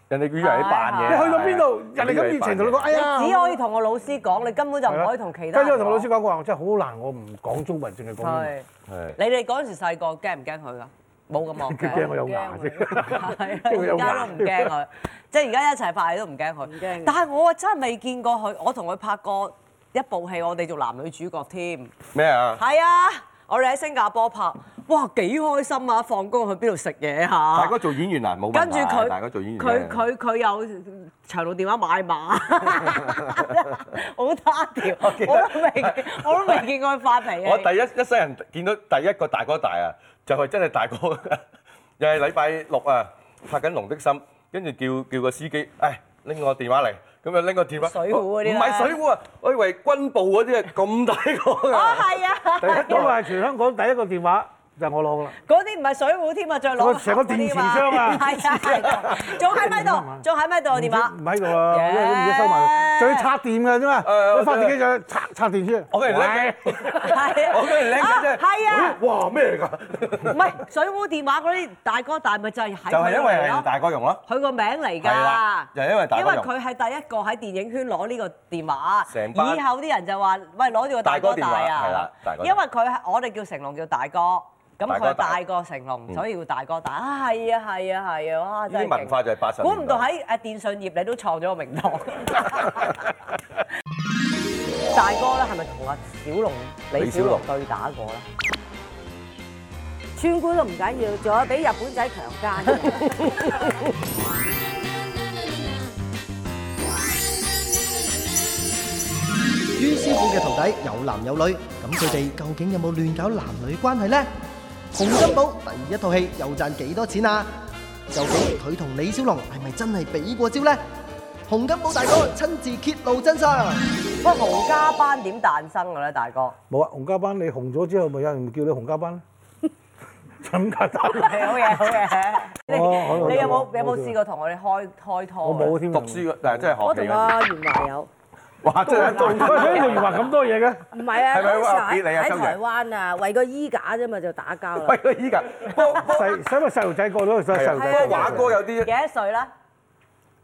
S2: 人哋以為你扮嘢。
S4: 你去到邊度，人哋咁熱情同你講，哎呀！
S1: 只可以同個老師講，你根本就唔可以同其他人講。
S4: 啊跟住我同老師講，我話真係好難，我唔講中文，淨係講英文。
S1: 係。
S2: 係
S1: 你哋嗰陣時細個驚唔驚佢噶？冇咁惡
S4: 佢
S1: 嘅。
S4: 驚我有牙啫。
S1: 係
S4: 佢有
S1: 而家
S4: 牙
S1: 都唔驚佢，即係而家一齊拍戲都唔驚 佢。但係我真係未見過佢，我同佢拍過一部戲，我哋做男女主角添。
S2: 咩啊？
S1: 係啊，我哋喺新加坡拍，哇幾開心啊！放工去邊度食嘢啊
S2: 大
S1: 嚇
S2: 哥。做演員難冇問題。
S1: 跟住佢，
S2: 大哥做演員。
S1: 佢佢佢有長路電話買馬， 好他 條，我
S2: 記得
S1: 都未見，我都未見過佢發脾氣。
S2: 我第一一世人見到第一個大哥大啊，就係、真係大哥， 又係禮拜六啊，拍緊《龍的心》，跟住叫叫個司機，唉，拎我電話嚟，咁就拎個電話。
S1: 水壺嗰啲
S2: 唔
S1: 啦
S2: 係水壺啊，我以為軍部嗰啲啊，咁大個
S1: 哦，
S2: 啊。
S1: 係啊，
S4: 因為全香港第一個電話就係我攞啦。
S1: 嗰啲唔係水壺添啊，再
S4: 我
S1: 攞
S4: 成個電池箱 啊
S1: 係啊，係啊仲喺咪度？仲喺咪
S2: 哦
S1: 度電話
S4: 唔？喺 度啊，因為而家收埋，仲要插電㗎啫
S2: 哦
S4: 嘛。發電機就插插電先。
S2: 我跟住拎，
S1: 係啊，
S2: 我跟住拎
S1: 啊
S2: 嘅啫。
S1: 係啊，
S2: 哇咩嚟㗎？
S1: 唔係水壺電話嗰啲大哥大咪就係喺
S2: 就
S1: 佢
S2: 係因為
S1: 嚟
S2: 係
S1: 咯。
S2: 大哥用咯。
S1: 佢個名嚟
S2: 係
S1: 㗎
S2: 啦，就係因為大
S1: 因
S2: 哥
S1: 為
S2: 用
S1: 佢係第一個喺電影圈攞呢個電話，
S2: 成班
S1: 以後啲人就話：喂，攞住個大哥大
S2: 大哥電話係
S1: 啊
S2: 啦大！哥
S1: 因為佢係我哋叫成龍叫大哥，咁
S2: 大
S1: 佢
S2: 哥大嗯
S1: 大過成龍，所以叫大哥大。啊，係啊，係啊，係啊，哇！
S2: 呢
S1: 真係
S2: 啲
S1: 勁
S2: 文化就係八十。
S1: 估唔到。喺誒電信業你都創咗個名堂。大哥咧係咪同阿小龍、李小龍對打過咧？
S7: 村姑都唔緊要，仲有俾日本仔強姦嘅。
S3: 於師傅嘅徒弟有男有女，咁佢哋究竟有冇亂搞男女關係呢？洪金寶第一套戲又賺幾多錢啊？究竟佢同李小龍係咪真係比過招呢？洪金寶大哥親自揭露真相。
S1: 喂，洪家班點誕生嘅咧，大哥？
S4: 冇啊，洪家班你紅咗之後，咪有人叫你洪家班 咧就咁簡單。
S1: 係好嘢，好嘢。你
S4: 哦好好
S1: 你有冇
S4: 好
S1: 有冇
S4: 好
S1: 試過同我哋開開拖？啊
S4: 我冇。添。
S2: 讀書嗰，但係真係
S7: 我同
S2: 學戲嗰
S7: 阿袁華有，
S2: 啲。哇！真係
S4: 喂，佢原話咁多嘢嘅，
S7: 唔係啊，
S2: 係咪
S7: 嗰
S2: 話
S7: 陣時
S2: 別你啊
S7: 喺
S2: 周
S7: 喺
S2: 潤
S7: 台灣啊，為個衣架啫嘛就打交啦
S2: 喂。佢依家，不過不過
S4: 細使乜細路仔過咗去，細路
S2: 不
S4: 仔。
S2: 過華哥有
S1: 幾
S2: 啲
S1: 多歲咧？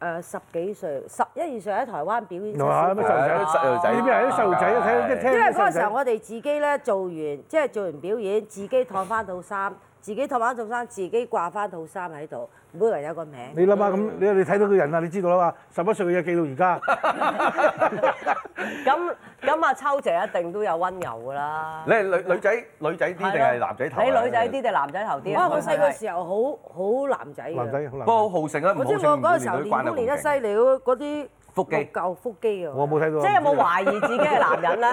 S7: 誒十幾歲，十一二歲喺台灣表演出
S4: 係嘛
S7: 先
S4: 乜細路仔
S2: 係細路仔
S4: 呢邊係啲細路仔睇一聽。
S7: 因為嗰個時候我哋自己咧做完，即係做完表演，自己燙翻套衫，
S1: 自己燙翻套衫，自己掛翻套衫喺度，每個人有個名。
S4: 你諗下咁，你你睇到個人啦，你知道啦嘛，十一歲嘅嘢記到而家。
S2: 啊
S1: 咁咁阿秋姐一定都有温柔噶啦。
S2: 你係女-女仔-女仔啲定係男仔頭啊？
S1: 你女仔啲定男仔頭啲啊？
S6: 哇！我細個時候好好男仔
S4: 男
S6: 嘅，
S4: 仔好
S2: 不
S4: 難。
S2: 過好好勝啊，
S6: 我知我
S2: 唔好勝，
S6: 嗰個時候
S2: 唔好練到啲慣
S6: 練功
S2: 得
S6: 練得
S2: 好勁。
S6: 犀利嗰嗰啲
S2: 腹肌
S6: 六嚿腹肌啊，
S4: 我冇睇到。
S1: 即係有冇懷疑自己係男人咧？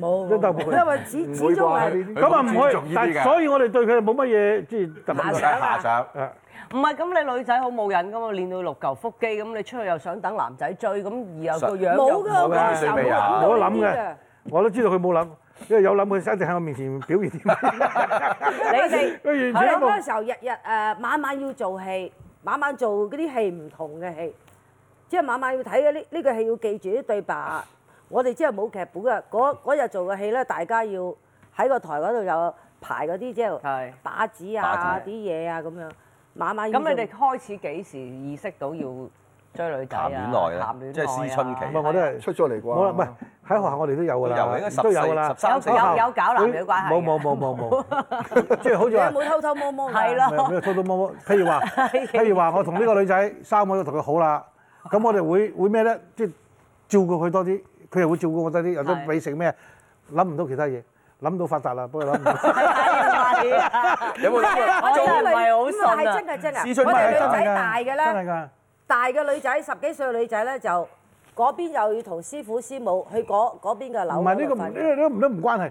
S6: 冇，
S4: 都得冇
S6: 因為始
S5: 唔
S6: 始
S5: 會
S6: 終
S5: 啩
S6: 係
S5: 呢啲？
S4: 咁啊唔
S2: 佢好尊
S4: 去
S2: 重呢啲，
S4: 但
S2: 㗎
S4: 係所以我哋對佢冇乜嘢即係特別。
S2: 下集。
S1: 唔係咁，你女仔好冇癮噶嘛，練到六嚿腹肌咁，你出去又想等男仔追，咁而又個樣
S6: 冇
S1: 又
S6: 㗎，
S2: 冇
S6: 嗰
S2: 㗎
S6: 個時候
S2: 你未啊
S6: 冇諗
S4: 我諗
S6: 到
S4: 嘅
S6: 呢
S4: 我都知道佢冇諗，因為有諗佢一定喺我面前表現。
S1: 你哋
S4: 佢完全都冇
S6: 啲嘅。我哋嗰個。時候日日誒晚晚要做戲，晚晚做嗰啲戲唔同嘅戲，即係晚晚要睇嘅呢呢個戲要記住啲對白。我哋即係冇劇本嘅，嗰嗰日做嘅戲咧，大家要喺個台嗰度有排嗰啲即係
S1: 係
S6: 打子
S2: 靶
S6: 啊
S2: 子
S6: 啲嘢啊咁樣，晚晚要做
S1: 咁，你哋開始幾時意識到要追女仔啊？
S2: 談戀愛啦，
S1: 談戀愛啊
S2: 即係思春期
S4: 唔係我 都係。
S5: 出咗嚟啩？
S4: 冇啦，唔係喺學校我哋都有㗎
S2: 有嘅應該
S4: 啦，
S2: 14
S4: 都有㗎啦。
S2: 13
S4: 學校
S1: 有有有搞男女關係㗎啊
S4: 冇冇冇冇 冇，即係好
S6: 你
S4: 似
S6: 有
S4: 話。
S6: 冇偷偷摸摸㗎？
S1: 係咯
S4: 唔係，咩偷偷摸摸。譬如話，譬如話，我同呢個女仔三個都同佢好啦，咁我哋會會咩咧？即係照顧佢多啲，佢又會照顧我多啲，又都
S1: 係
S4: 俾食咩？諗唔到其他嘢，諗到發達啦，不過 諗唔到。
S1: 係啊
S2: 有冇諗過？
S6: 我哋
S1: 真係唔係好信啊
S6: 係真係真
S2: 思
S6: 係，
S2: 春
S6: 我哋
S2: 班
S6: 女
S2: 係
S4: 㗎
S6: 仔大嘅
S4: 真係
S6: 咧，
S4: 㗎。
S6: 大嘅女仔十幾歲嘅女仔咧就嗰邊又要同師傅師母去嗰嗰邊嘅樓
S4: 唔係呢個唔呢個都唔都唔關係。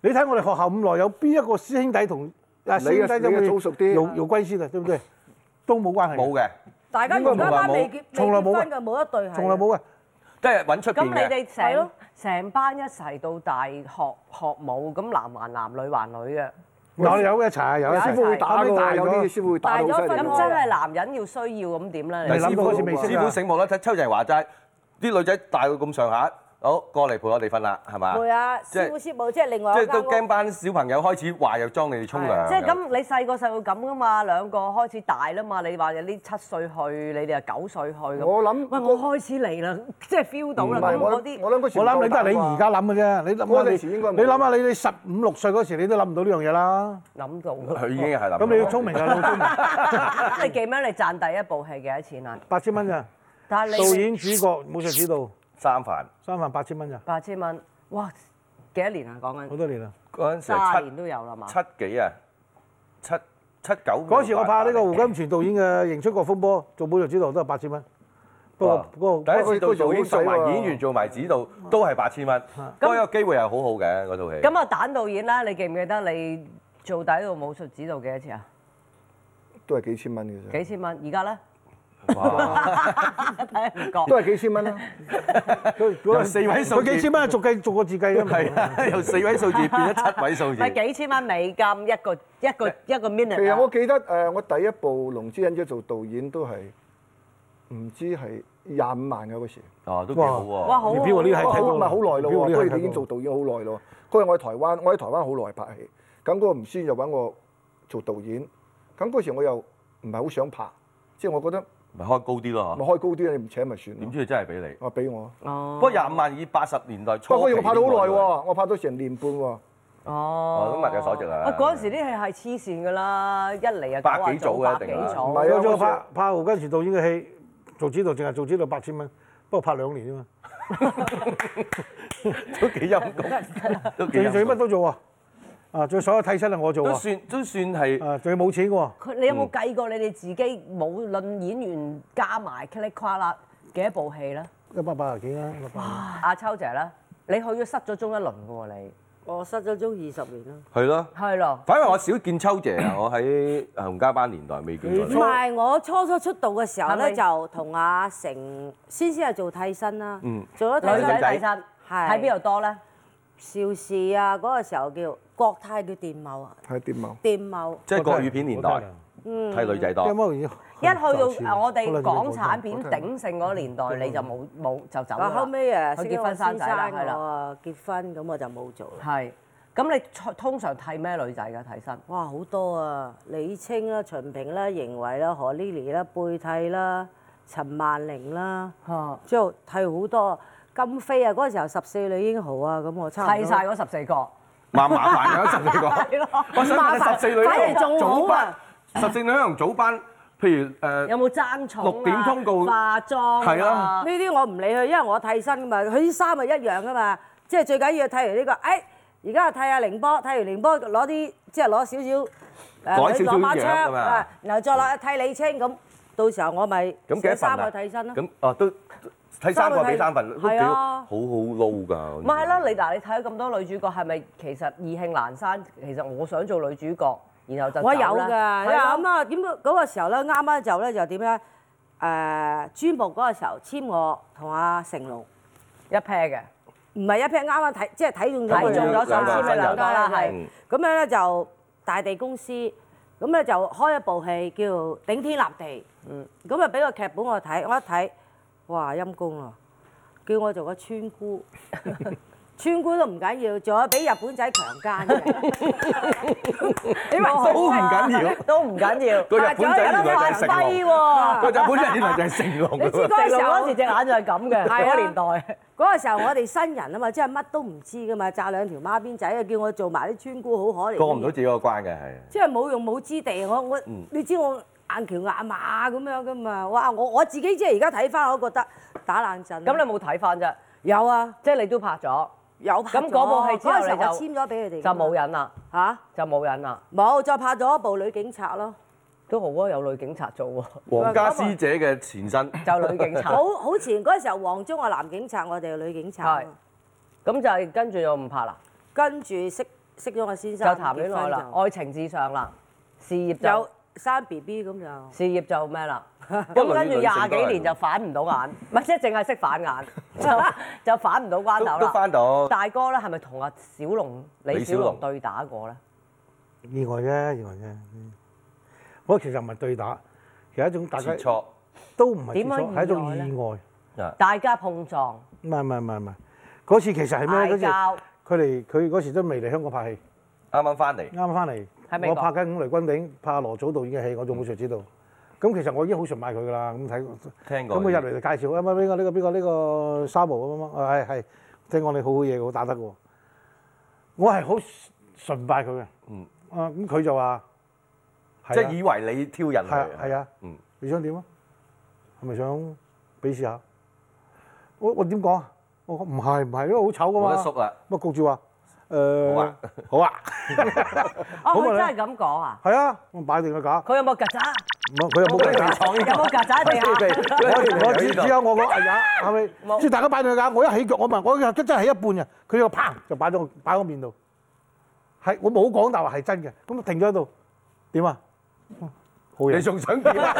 S4: 你睇我哋學校咁耐，有邊一個師兄弟同啊
S5: 你
S4: 師
S5: 嘅
S4: 兄弟
S5: 你嘅
S4: 會
S5: 早熟啲
S4: 搖搖龜先啊？對唔對？都冇關係，，
S6: 大家
S2: 應該
S6: 而
S2: 冇
S6: 家
S2: 話
S6: 班
S2: 冇
S6: 未結未
S4: 從來
S6: 結
S4: 冇
S6: 婚嘅冇一對係，
S4: 從來
S1: 咁
S2: 冇
S4: 冇嘅。
S2: 嘅，即係揾出邊嘅。
S1: 你哋
S6: 係
S1: 成
S6: 咯
S1: 成班一齊到大學學舞，咁男還男，女還女嘅，
S4: 我哋有一齊，有一齊。
S5: 師傅會打
S4: 後尾
S5: 㗎，
S4: 大
S5: 有
S4: 咗
S5: 啲師傅會打到好犀利
S6: 大咗
S5: 㗎
S1: 咁真係男人要需要咁點
S4: 你
S1: 咧？
S4: 諗到好似未識
S2: 師
S4: 啊
S2: 傅醒目啦，睇秋就係話齋，啲女仔大到咁上下，好過嚟陪我哋瞓啦，係嘛？
S6: 會啊，
S2: 即係
S6: 師傅師母即係另
S2: 即
S6: 外一
S2: 係都
S6: 間
S2: 驚
S6: 屋。
S2: 班小朋友開始話又裝你哋沖涼。
S1: 即係咁，你細個細個咁噶嘛，兩個開始大啦嘛，你話有啲七歲去，你哋係九歲去咁。
S5: 我諗
S1: 喂，我開始嚟啦， 即係 feel 到
S5: 唔
S1: 啦，咁
S5: 係我
S1: 嗰
S5: 諗
S1: 啲
S5: 我諗嗰時
S4: 我
S5: 唔夠
S4: 諗你都係你
S5: 膽啊
S4: 而家諗嘅啫，你諗
S5: 嗰
S4: 下
S5: 陣時應該冇
S4: 你，你諗下你你十五六歲嗰時，你都諗唔到呢樣嘢啦。
S1: 諗到啦。
S2: 佢已經係諗。
S4: 咁你要聰明。啊，老聰明，
S1: 你記唔記得你賺第一部戲幾多錢啊？
S4: 八千蚊咋？
S1: 但係
S4: 導
S1: 你
S4: 演、主角、武術指導，
S2: 三飯
S4: 三萬八千蚊咋？
S1: 八千蚊，哇！幾多年啊？講
S4: 好
S1: 緊
S4: 多年啦。
S2: 嗰陣時
S1: 卅
S2: 係
S1: 年都有啦嘛。
S2: 七七幾啊？七七九。
S4: 嗰時我拍呢個胡金銓導演嘅《迎出國風波》，做武術指導都係八千蚊。不過不過
S2: 哦第一次到導演做埋演員做埋指導
S1: 嗯
S2: 都係八千蚊，
S4: 嗯
S2: 嗰個機會係好好嘅嗰套戲。
S1: 咁啊，蛋導演啦，你記唔記得你做第一個武術指導幾多錢啊？
S5: 都係幾千蚊嘅啫，
S1: 幾千蚊，而家咧
S2: 哇
S1: 睇唔覺。
S5: 都係幾千蚊啦。
S4: 佢
S2: 有四位數字
S4: 佢幾千蚊係逐計逐個字計㗎嘛。
S2: 係啊，由四位數字變咗七位數
S1: 唔
S2: 字。
S1: 係幾千蚊美金一個一個一個 minute 啊。
S5: 其實我記得誒、呃我第一部《龍之忍者》做導演都係唔知係廿五萬嘅嗰時，
S2: 哦，都幾好喎。
S1: 哇好啊
S4: 你表我呢個係
S5: 哇
S4: 睇
S5: 好
S4: 到
S5: 唔係好耐咯
S4: 你表
S5: 喎，佢
S4: 呢個係睇啊
S5: 哋
S4: 到
S5: 已經做導演好耐咯。嗰日我喺台灣，我喺台灣好耐拍戲，咁嗰個吳先就揾我做導演，咁嗰時我又唔係好想拍，即係我覺得
S2: 咪開高啲咯
S5: 咪開高啲，你唔請咪算
S2: 啊嗬，點
S5: 咯。
S2: 知佢真係俾你？
S5: 我俾我，
S2: 不
S1: 哦
S2: 過廿五萬以八十年代初
S5: 不過
S2: 期
S5: 我拍到好耐
S2: 年代
S5: 喎，我拍到成年半喎，
S1: 哦
S2: 哦咁物有所值啊
S1: 喂嗰陣時啲戲係黐線㗎啦，一嚟啊
S2: 百
S1: 九啊
S2: 幾
S1: 組
S2: 組嘅
S1: 百
S2: 一
S1: 幾
S2: 定係
S5: 唔
S1: 組。
S5: 係
S4: 有
S5: 啊，
S4: 咗
S5: 我
S4: 拍拍胡金銓導演嘅戲，做指導淨係做指導八千蚊，不過拍兩年啫嘛。
S2: 都幾陰 功，都幾
S4: 仲要仲
S2: 陰
S4: 要乜
S2: 功
S4: 都做啊！啊，仲要所有替身係我做
S2: 都
S4: 啊！
S2: 算都算係
S4: 啊，仲要冇錢嘅喎。
S1: 佢你有冇計過你哋自己無論演員加埋 click 跨啦幾多部戲咧？
S4: 一百八十幾啦，一百八十幾
S1: 阿秋姐咧，你去咗失咗蹤一輪㗎喎，你
S6: 我失咗蹤二十年啦，
S2: 係咯。
S1: 係咯。
S2: 反而我少見秋姐啊！我喺洪家班年代未見過
S6: 唔
S2: 你。
S6: 係我初初出道嘅時候
S1: 係
S6: 咧
S1: 咪
S6: 就同阿成先先係做替身啦
S2: 嗯，
S6: 做咗替
S1: 女
S6: 身
S1: 仔替身
S6: 係
S1: 喺邊度多咧？
S6: 邵氏啊嗰個時候叫國泰叫電懋啊，
S5: 係點啊？
S6: 電懋
S2: 即係國語片年代
S4: 啊
S2: 睇女仔
S4: 因為
S2: 多，
S4: 我已經
S1: 一去
S4: 賺
S1: 到啊
S4: 錢
S1: 我
S4: 好
S1: 哋
S4: 耐
S1: 港
S4: 冇
S1: 產
S4: 見
S1: 片鼎盛嗰年代，你就冇冇就走
S6: 啊
S1: 啦。
S6: 後尾
S1: 佢
S6: 誒識
S1: 結
S6: 咗我
S1: 婚生
S6: 先生
S1: 仔啦，係
S6: 我
S1: 啦，
S6: 啊結婚咁我就冇做啦。
S1: 係。咁你通常剃咩女仔㗎？替身
S6: 哇，好多啊！李清啦、秦平啦、邢慧啦、何 Lily 啦、貝蒂啦、陳曼玲啦，
S1: 嚇
S6: 之後剃好多。金飛啊，嗰個時候十四女英豪啊，咁我差唔
S1: 剃
S6: 多
S1: 晒嗰十四個，
S2: 麻麻煩啊嘅，實你
S8: 係
S2: 講
S8: 咯。
S2: 我想問你
S8: 麻煩
S2: 十四女
S8: 反而
S2: 可
S8: 仲好
S2: 早班
S8: 啊，
S2: 十四女可能早班，譬如呃誒，
S8: 有冇爭寵啊？
S2: 六點通告。
S8: 化妝啊？
S2: 係啊。
S6: 呢啲我唔理佢，因為我替身噶嘛，佢啲衫係一樣噶嘛，即係最緊要剃完呢、個，誒、哎而家又剃下凌波，剃完凌波攞啲即係攞少少誒
S2: 改少少
S6: 攞把
S2: 樣
S6: 槍
S2: 㗎嘛嗯
S6: 啊然後再攞剃李青咁，到時候我咪
S2: 咁幾多
S6: 寫
S2: 份
S6: 三
S2: 啊
S6: 個替身咯。
S2: 咁哦都睇三個俾三份，都幾
S6: 係
S2: 好
S6: 啊
S2: 好好撈㗎。
S1: 唔係啦，你嗱，你睇咗咁多女主角，係咪其實意興闌珊？其實我想做女主角，然後就
S6: 我有
S1: 走
S6: 㗎，
S1: 啦
S6: 因為
S1: 係啊
S6: 咁啊點嗰個時候咧，啱啱就咧就點咧？誒、朱木嗰個時候簽我同阿成龍，
S1: 一 pair 嘅。
S6: 唔係一批啱啱睇，即係睇中咗
S1: 睇
S6: 佢
S1: 中咗
S2: 兩
S1: 上
S2: 個
S1: 次咪兩個啦，係
S2: 嗯
S6: 咁樣咧就大地公司，咁咧就開一部戲叫《頂天立地》，咁啊俾個劇本我睇，我一睇，哇陰公啊！叫我做個村 姑，村姑都唔緊要，仲有俾日本仔強 姦嘅，
S1: 你話
S2: 都唔緊要，
S1: 都唔緊要。
S2: 個日本仔原來就係成龍，
S1: 喎
S2: 個日本仔原來就係成龍啊㗎
S6: 知
S2: 喎。
S6: 嗰個時
S1: 成龍
S6: 候
S1: 嗰時隻眼就係咁嘅，
S6: 係啊
S1: 嗰個年代。
S6: 嗰個時候我哋新人啊嘛，即係乜都唔知噶嘛，炸兩條孖邊仔啊，叫我做埋啲村姑，好可憐。
S2: 過唔到自己個關嘅係。
S6: 即係冇用武之地，我我、你知我硬橋硬馬咁樣噶嘛？哇！我我自己即係而家睇翻，我都覺得打冷震。
S1: 咁你冇睇翻啫，
S6: 有啊？
S1: 即係你都拍咗，
S6: 有拍咗
S1: 咁嗰部戲之後
S6: 嗰陣時候我
S1: 你
S6: 簽咗俾佢哋
S1: 就冇人啦，
S6: 嚇，
S1: 就冇人啦，
S6: 冇、再拍咗一部女警察咯，
S1: 都好啊，有女警察做喎，
S2: 皇家師姐嘅前身。
S1: 就女警察
S6: 好。好前嗰陣時候，黃忠我男警察，我哋係女警察
S1: 係。咁就係跟住又唔拍啦，
S6: 跟住識識咗我先
S1: 就
S6: 生，
S1: 談戀愛啦
S6: 結，婚
S1: 愛情至上啦，事業
S6: 就
S1: 就
S6: 有生 B B 咁就。
S1: 事業就咩啦？
S2: 不
S1: 咁
S2: 過
S1: 跟住
S2: 女性
S1: 廿
S2: 都
S1: 幾
S2: 係
S1: 年
S2: 咁
S1: 就反唔到眼，唔係即係淨係識反眼， 就就反唔到關頭
S2: 都都
S1: 啦。
S2: 翻到
S1: 大哥咧係咪同阿小龍李
S2: 李
S1: 小
S2: 小
S1: 龍
S2: 龍
S1: 對打過咧？
S4: 意外啫，意外啫。嗯我其實唔係對打，其實一種大家
S2: 切磋。啊
S4: 都唔係接
S1: 點樣
S4: 觸，係一種
S1: 意外呢
S4: 意外。
S1: 大家碰撞
S4: 唔係唔係唔係唔係，嗰次其實係咩？
S1: 嗌
S4: 嗰次
S1: 交，
S4: 佢嚟佢嗰時都未嚟香港拍戲，
S2: 啱啱翻嚟，
S4: 啱翻嚟
S1: 喺美。
S4: 我
S1: 國
S4: 拍緊《五雷軍頂》，拍羅祖導演嘅戲，
S2: 嗯
S4: 我仲冇誰知道。咁其實我已經好崇拜佢㗎啦，咁睇。
S2: 聽過。
S4: 咁佢入嚟就介紹，啊嘛呢個呢個邊個呢個沙毛咁樣，啊係係，聽講你好好嘢嘅，好打得嘅喎。我係好崇拜佢嘅。
S2: 嗯。
S4: 啊咁佢就話，
S2: 即
S4: 係
S2: 係
S4: 啊
S2: 以為你挑人
S4: 係啊係啊，
S2: 嗯，
S4: 你想點啊？係咪想比試下？我我點講啊？我講唔係唔係，因為好醜噶
S2: 冇
S4: 嘛。
S2: 得縮啦，
S4: 咁啊焗住話誒，
S2: 好啊，
S4: 好啊，
S1: 哦，
S4: 好
S1: 佢
S4: 啊
S1: 真係咁講啊！
S4: 係啊，我擺定個架，
S1: 佢有冇曱甴？
S4: 唔係佢又冇計架。
S1: 有冇曱甴喺地 下？
S4: 我我只
S2: 知
S4: 只有我個哎呀，係咪？即係大家擺對架，我一起腳，我問我又真真係一半嘅，佢又砰就擺到擺我面度，係我冇講大話係真嘅，咁停咗喺度，點啊？ 好
S2: 你
S4: 嘢，
S2: 仲想點啊？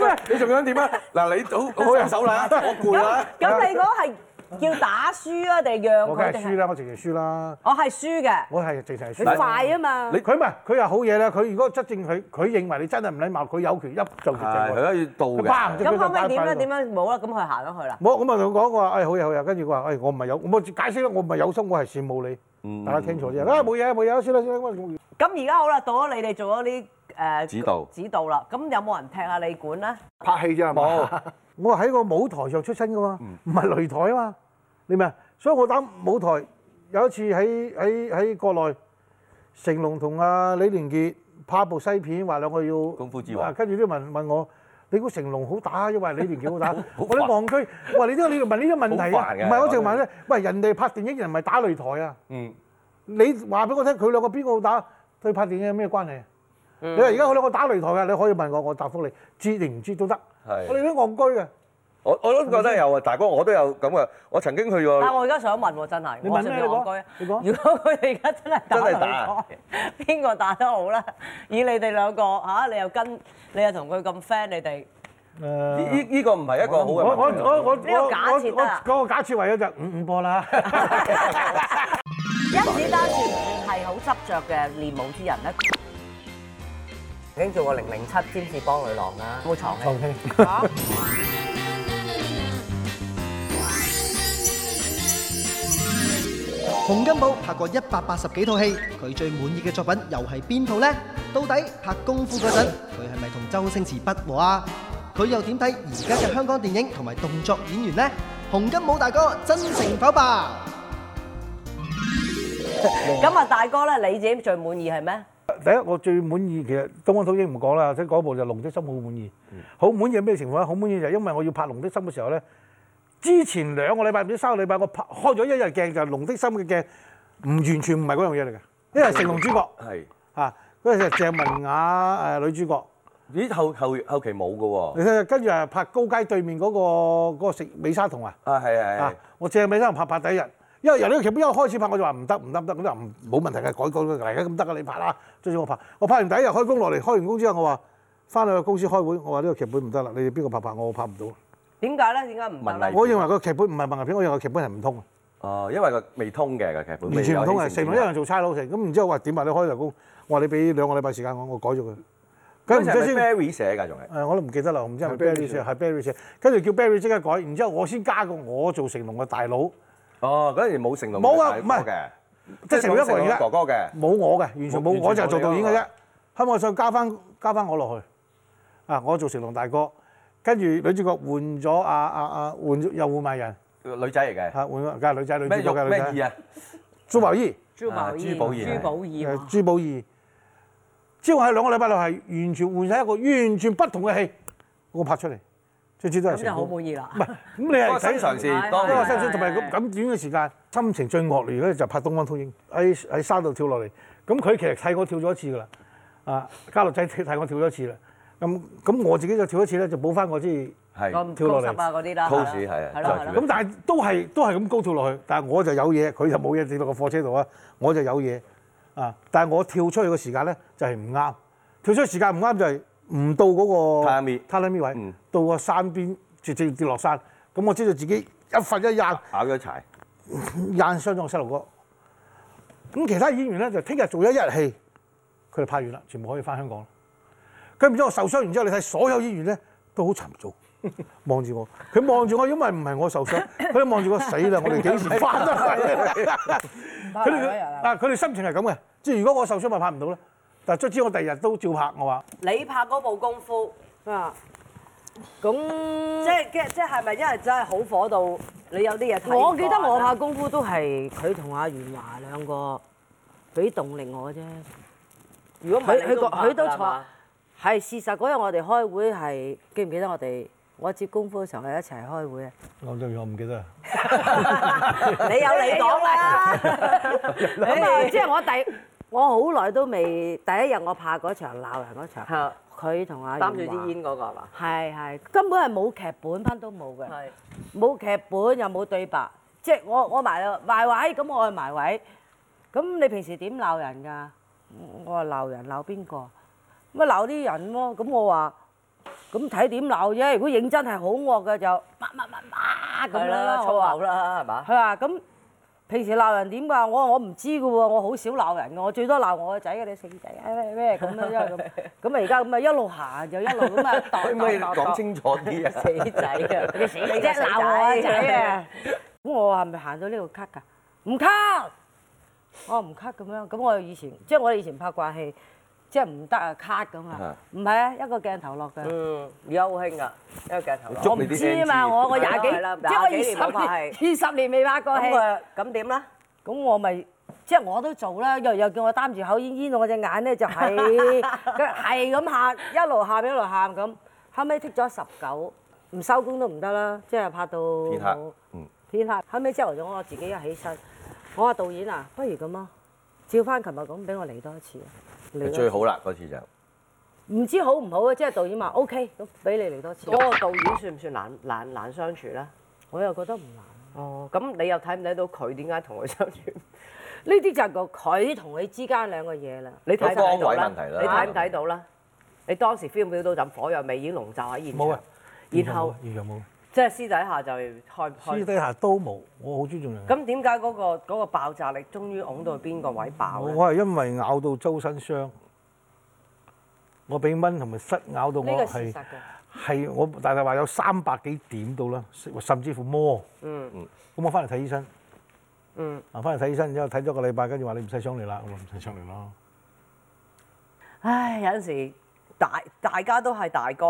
S2: 喂，你仲想點啊？嗱，你好好人手啦，我攰啦。
S1: 咁你嗰係叫打輸啊，定係讓
S4: 我梗
S1: 佢
S4: 係
S1: 哋
S4: 輸
S1: 係？
S4: 啦，我直情輸啦，
S1: 我係輸嘅。
S4: 我係直情係輸
S6: 佢
S4: 啦。
S6: 快啊嘛！
S4: 佢唔係佢又好嘢啦，佢如果質證佢，佢認為你真係唔禮貌，佢有權一就決
S2: 係，佢
S4: 定
S2: 可以到
S4: 佢
S2: 嘅。
S4: 砰就
S1: 咁後尾
S4: 尾
S1: 點咧？點
S4: 樣？
S1: 樣冇啦？咁佢行咗去啦。
S4: 冇咁啊！同佢講，我話誒好嘢好嘢，跟住佢話誒我唔係有，我咪解釋啦，我唔係有心，我係羨慕你，
S2: 嗯
S4: 大家聽錯啫。啊冇嘢冇嘢，先啦先啦，咁
S1: 咁而家好啦，到咗你哋做咗呢誒
S2: 指導
S1: 指導啦。咁有冇人踢下你管咧？
S5: 拍戲啫係嘛？
S4: 我係喺個舞台上出身噶嘛，唔係擂台啊嘛，你明唔明？所以我打舞台有一次喺喺喺國內，成龍同阿李連杰拍部西片，話兩個要
S2: 功夫之王
S4: 啊跟住都問問我。你估成龍好打，因為李連杰好打，
S2: 好
S4: 我哋戇居。我話你呢個你問呢個問題
S2: 好
S4: 啊
S2: 煩，嘅
S4: 唔係我淨問咧。喂，人哋拍電影人唔係打擂台啊，
S2: 嗯，
S4: 你話俾我聽佢兩個邊個好打，對拍電影有咩關係啊？
S2: 嗯
S4: 你話而家佢兩個打擂台嘅，你可以問我，我答覆你，知定唔知都得。
S2: 係
S4: 我哋都戇居嘅。
S2: 我我都覺得有啊，大哥我都有咁嘅。我曾經去過
S1: 但係我而家想問喎，真係，
S4: 你
S1: 我
S4: 問
S1: 順
S4: 咩
S1: 便
S4: 你講
S1: 戇居啊
S4: 你講
S1: 如果佢哋而家真係打
S2: 真係
S1: 擂
S2: 打
S1: 台，邊個打得好咧？以你哋兩個嚇，你又跟，你又同佢咁 friend，你哋
S2: 呢呢嗯呢個唔係一個好
S4: 我我
S2: 嘅問題。啊
S4: 我我
S1: 呢個假設啊得啦
S4: 我我嗰個假設為咗就五五 波啦。
S1: 甄子丹算唔算係好執着嘅練武之人咧？曾經做過零零七占士邦女郎啦，冇藏
S4: 放棄。
S3: 洪金寶拍過一百八十幾套戲，佢最滿意嘅作品又係邊套呢？到底拍功夫嗰陣，佢係咪同周星馳不和啊？佢又點睇而家嘅香港電影同埋動作演員呢？洪金寶大哥真情剖白。
S9: 咁啊，大哥咧，你自己最滿意係咩？
S4: 第一我最滿意其實《東方土英》唔講啦，即係嗰部就《龍的心》好滿意。
S2: 嗯
S4: 好、滿意係咩情況咧？好滿意就係因為我要拍《龍的心》嘅時候咧，之前兩個禮拜唔知三個禮拜我拍開咗一日鏡，就係《龍的心》嘅鏡，唔完全唔係嗰樣嘢嚟嘅，因為成龍主角
S2: 係。
S4: 啊，嗰陣時係鄭文雅誒、呃女主角。
S2: 咦後後後期冇嘅喎。
S4: 你睇下，跟住係拍高街對面嗰、個嗰個食美沙酮啊！
S2: 啊係係
S4: 啊
S2: 係。！
S4: 我借美生拍拍第一日，因為由呢個劇本一開始拍，我就話唔得唔得唔得，咁就唔冇問題嘅，改改改而家咁得嘅，你拍啦。最少我拍，我拍完第一日開工落嚟，開完工之後我話翻去公司開會，我話呢個劇本唔得啦，你哋邊個拍拍我拍唔到。
S9: 點解咧？點解唔得
S2: 文
S9: 咧
S2: 麗？
S4: 我認為個劇本唔係文藝片，我認為個劇本係唔通嘅。
S2: 哦，因為個未通嘅個劇本，
S4: 完全唔通嘅，
S2: 成
S4: 成龍一樣做差佬成。咁然之後我話點啊？你開頭工，我話你俾兩個禮拜時間我，我改咗佢。
S2: 佢
S4: 咁
S2: 唔
S4: 然之後
S2: 係
S4: 先。
S2: Barry 寫㗎，仲係。
S4: 呃誒我都唔記得啦，我唔知係咪
S5: 係 Barry
S4: Barry 寫，
S5: 寫
S4: 係 Barry 寫，跟住叫 Barry 即刻改，然之後我先加個我做成龍嘅大佬，
S2: 哦，嗰陣時冇成龍
S4: 冇啊
S2: 嘅
S4: 唔係
S2: 嘅，
S4: 即係成龍一個人
S2: 冇
S4: 而家
S2: 哥哥嘅。
S4: 冇我嘅，完全冇，
S2: 冇
S4: 我就係做
S2: 完全冇
S4: 導
S2: 你
S4: 演
S2: 咯
S4: 嘅啫。香港想加翻加翻我落去，啊，我做成龍大哥，跟住女主角換咗啊啊啊換咗又換埋人，
S2: 女仔嚟嘅，
S4: 啊換咗梗係女仔女
S2: 咩
S4: 主角嘅
S2: 玉
S4: 女
S2: 咩意
S4: 仔，
S2: 啊？
S4: 朱寶儀
S9: 朱
S2: 啊
S9: 寶
S2: 朱寶意
S9: 意，朱寶意
S1: 啊
S4: 誒朱寶儀，之後喺兩個禮拜內係完全換晒一個完全不同嘅戲，我拍出嚟，最知都係
S9: 咁就
S4: 成
S9: 好
S4: 功。
S9: 滿意啦
S1: à?
S4: 唔。係，咁你係
S2: 個新
S4: 睇
S2: 嘗試，當
S4: 嗰個
S2: 然
S4: 辛酸，啊同埋咁咁短嘅時間，心情最惡劣咧就拍《東方禿鷹》喺喺山度跳落嚟。咁佢其實睇我跳咗一次噶啦，啊嘉樂仔睇我跳咗一次啦。咁咁我自己就跳一次咧，就補翻我啲。
S2: 係
S4: 跳落嚟
S9: 啊嗰啲啦係
S2: Pose，
S9: 啦
S2: 係啊
S9: 係啦
S2: 就係
S9: 係
S2: 咁
S9: 啦
S4: 咁但係都係都係咁高跳落去，但係我就有嘢，佢就冇嘢跌落個貨車度啊，我就有嘢啊。但係我跳出去嘅時間咧就係唔啱，跳出去時間唔啱就係唔到嗰個
S2: 榻米
S4: 榻米位，
S2: 嗯
S4: 到個山邊直接跌落山。咁我知道自己一瞓一硬。
S2: 咬咗柴，
S4: 硬傷咗我細路哥。咁其他演員咧就聽日做咗一日戲，佢哋拍完啦，全部可以翻香港啦。咁然之後我受傷完之後，你睇所有演員咧都好沉重， 望住我。佢望住我，因為唔係我受傷，佢哋望住我死啦！我哋幾時翻得嚟？佢哋啊，佢哋心情係咁嘅，即係如果我受傷咪拍唔到咧。但係卒之我第二日都照拍，我話
S9: 你拍嗰部功夫，
S6: 啊，咁
S9: 即係即即係咪因為真係好火到你有啲嘢睇？啊
S6: 我記得我拍功夫都係佢同阿袁華兩個俾動力我啫。
S9: 如果唔係
S6: 佢
S9: 你
S6: 佢個
S9: 唔拍
S6: 佢都
S9: 㗎啦
S6: 坐
S9: 嘛
S6: 係事實嗰日我哋開會係記唔記得我哋我接功夫嘅時候係一齊 開會啊？
S4: 我對我唔記得。
S9: 你有你講啦，
S6: 咁啊，即係我第我好耐都未第一日我拍嗰場鬧人嗰場，
S9: 嚇
S6: 佢同阿
S9: 擔住
S6: 袁華
S9: 啲煙嗰個啊係嘛？
S6: 係係根本係冇劇本，乜都冇嘅。
S9: 係
S6: 冇劇本又冇對白，即係我我埋埋位，咁我係埋位。咁你平時點鬧人㗎？我話鬧人鬧邊個？咁啊鬧啲人咯。咁我話咁睇點鬧啫。如果認真係好惡嘅就乜乜乜乜
S9: 係
S6: 咁
S9: 啦，
S6: 啦。
S9: 粗
S6: 我話
S9: 口啦係嘛
S6: 佢？話咁平時鬧人點㗎？我話我唔知㗎喎，我好少鬧人㗎，我最多鬧我個仔嘅你死仔啊咩咩咁樣，因為咁咁啊而家咁啊一路 行就一路咁啊
S2: 可唔可以講清楚啲啊？
S9: 死仔啊！你死
S6: 你真係鬧我仔 啊！！咁我係咪行到呢度咳㗎？唔咳，我唔咳咁樣。咁我以前即係我以前拍慣戲，即係唔得啊咳咁啊。唔係啊，一個鏡頭落㗎。
S9: 嗯，而家好興㗎，一個鏡頭
S2: 捉
S9: 攞。
S2: 你
S6: 唔
S2: 啲
S6: 知啊嘛，
S2: NG
S6: 我我廿幾，
S9: 係啦
S6: 即係我
S9: 廿幾年冇拍
S6: 二十年，二十年未拍過戲
S9: 咁。啊，咁點咧？
S6: 咁我咪即係我都做啦，又又叫我擔住口煙，煙到我隻眼咧就 係佢係咁喊，一路喊一路喊咁，後尾剔咗十九，唔收工都唔得啦，即係拍到
S2: 天黑嗯
S6: 天黑，後尾朝頭早我自己一起身，我話導演啊，不如咁啊，照翻琴日咁俾我嚟多一次啊，嚟多一次
S2: 最好啦嗰次就，
S6: 唔知好唔好啊？即係導演話 OK，咁俾你嚟多次，
S9: 嗰個導演算唔算難難難相處咧？
S6: 我又覺得唔難。
S9: 哦，咁你又睇唔睇到佢點解同佢 相處？
S6: 呢啲就係個佢同佢之間兩個嘢啦。
S9: 你睇唔
S2: 個
S9: 睇
S2: 方
S9: 到
S2: 位
S9: 啦？
S2: 問題啦
S9: 你睇唔睇到啦？你當時 feel 唔 feel 到陣火藥味已經籠罩喺現場？
S4: 冇啊
S9: 然後
S4: 現場冇，
S9: 即係私底下就開開
S4: 私。底下都冇，我好尊重人。
S9: 咁點解嗰個嗰個爆炸力終於拱到去邊個位爆咧？
S4: 我係因為咬到周身傷，我俾蚊同埋虱咬到
S6: 呢個
S4: 我
S6: 事
S4: 係
S6: 實嘅。
S4: 係我大大話有三百幾點到啦，甚至乎摸。
S9: 嗯
S4: 嗯。咁我翻嚟睇醫生。
S9: 嗯。
S4: 啊，翻嚟睇醫生，然之後睇咗個禮拜，跟住話你唔使上嚟啦，我話唔使上嚟咯。
S9: 唉，有陣時大大家都係大哥，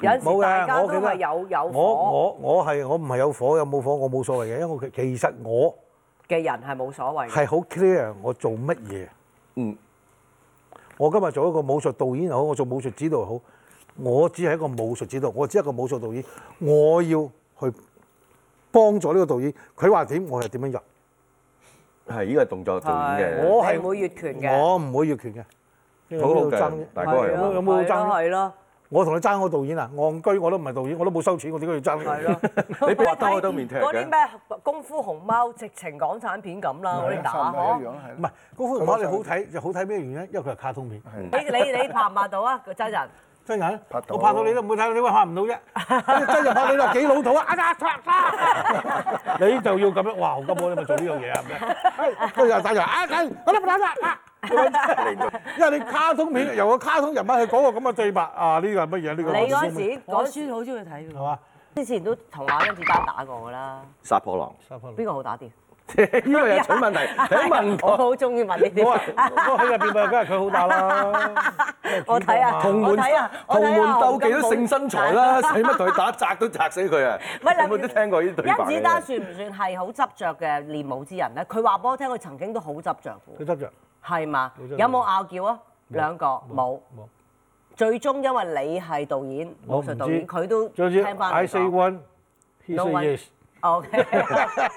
S9: 有陣時
S4: 冇
S9: 大
S4: 嘅，
S9: 家
S4: 我
S9: 都
S4: 記得
S9: 係有有
S4: 我
S9: 火。
S4: 我我係我唔係有火有冇火我冇所謂嘅，因為我其其實我
S10: 嘅人係冇所謂嘅。
S4: 係好 clear 我做乜嘢。
S11: 嗯，
S4: 我今日做一個武術導演又好，我做武術指導又好，我只係一個武術指導，我只係一個武術導演，我要去幫助呢個導演，佢話點我就點樣入。
S2: 係呢個係動作導演
S4: 我
S10: 係
S4: 係
S10: 唔會越權嘅，
S4: 我唔會越權嘅，
S2: 嘅，
S4: 呢個
S2: 好好
S4: 呢個爭
S2: 嘅，大哥係
S10: 係
S2: 好
S10: 咯
S4: 有冇爭
S10: 係咯
S4: 我同你爭個導演啊，戇居我都唔係導演，我都冇收錢，我點解要
S10: 係
S4: 爭佢？
S10: 咯係咯。
S2: 你搏得開都面踢嘅
S10: 嗰啲咩功夫熊貓，直情港產片咁啦，嗰啲啊打
S5: 差唔多
S10: 呵
S5: 一。樣係
S4: 唔
S5: 啦
S4: 係。《功夫熊貓》你好睇就好睇咩原因？因為佢係卡通片。
S1: 你你你拍唔拍到啊？個真人
S4: 真人
S5: 拍到
S4: 我拍到你都唔會睇，你話拍唔到啫。真人拍你啦，幾老土啊！啊啊 à, 啊啊你就要咁樣，哇！咁我你咪做呢樣嘢啊！咁樣跟住又打人，啊打人，我都唔打啦啊！因為你卡通片由個卡通人物去講個咁嘅對白啊，呢個係乜嘢？呢個
S1: 你嗰陣時，
S6: 我
S1: 我
S6: 孫好中意睇
S4: 係嘛？
S1: 之前都同阿甄子丹打過㗎啦。
S2: 殺破狼，
S1: 邊個好打啲？
S2: 呢個又蠢問題，請問
S1: 我好中意問呢
S4: 我
S1: 啲
S4: 話。我喺入邊咪梗係佢好打啦。
S1: 我睇下，
S2: 同
S1: 我
S2: 門
S1: 睇下，我
S2: 同
S1: 睇
S2: 門
S1: 下
S2: 鬥技
S1: 洪金
S2: 都
S1: 寶
S2: 勝身材啦，使乜同佢打砸都砸死佢啊！
S1: 喂嗱
S2: 有冇都聽過呢對白
S1: 甄子丹
S2: 嘅？
S1: 算唔算係好執着嘅練武之人咧？佢話俾我聽，佢曾經都好執着嘅，
S4: 佢執着，
S1: 係嘛？
S4: 冇執著
S1: 有冇拗撬啊？兩個冇
S4: 冇。
S1: 最終因為你係導演，
S4: 我唔
S1: 武
S4: 知
S1: 術導演，佢都
S4: 總之
S1: 聽翻
S4: I
S1: 你
S4: say
S1: 講。
S4: one，he
S1: No
S4: say
S1: one
S4: yes。
S1: O K，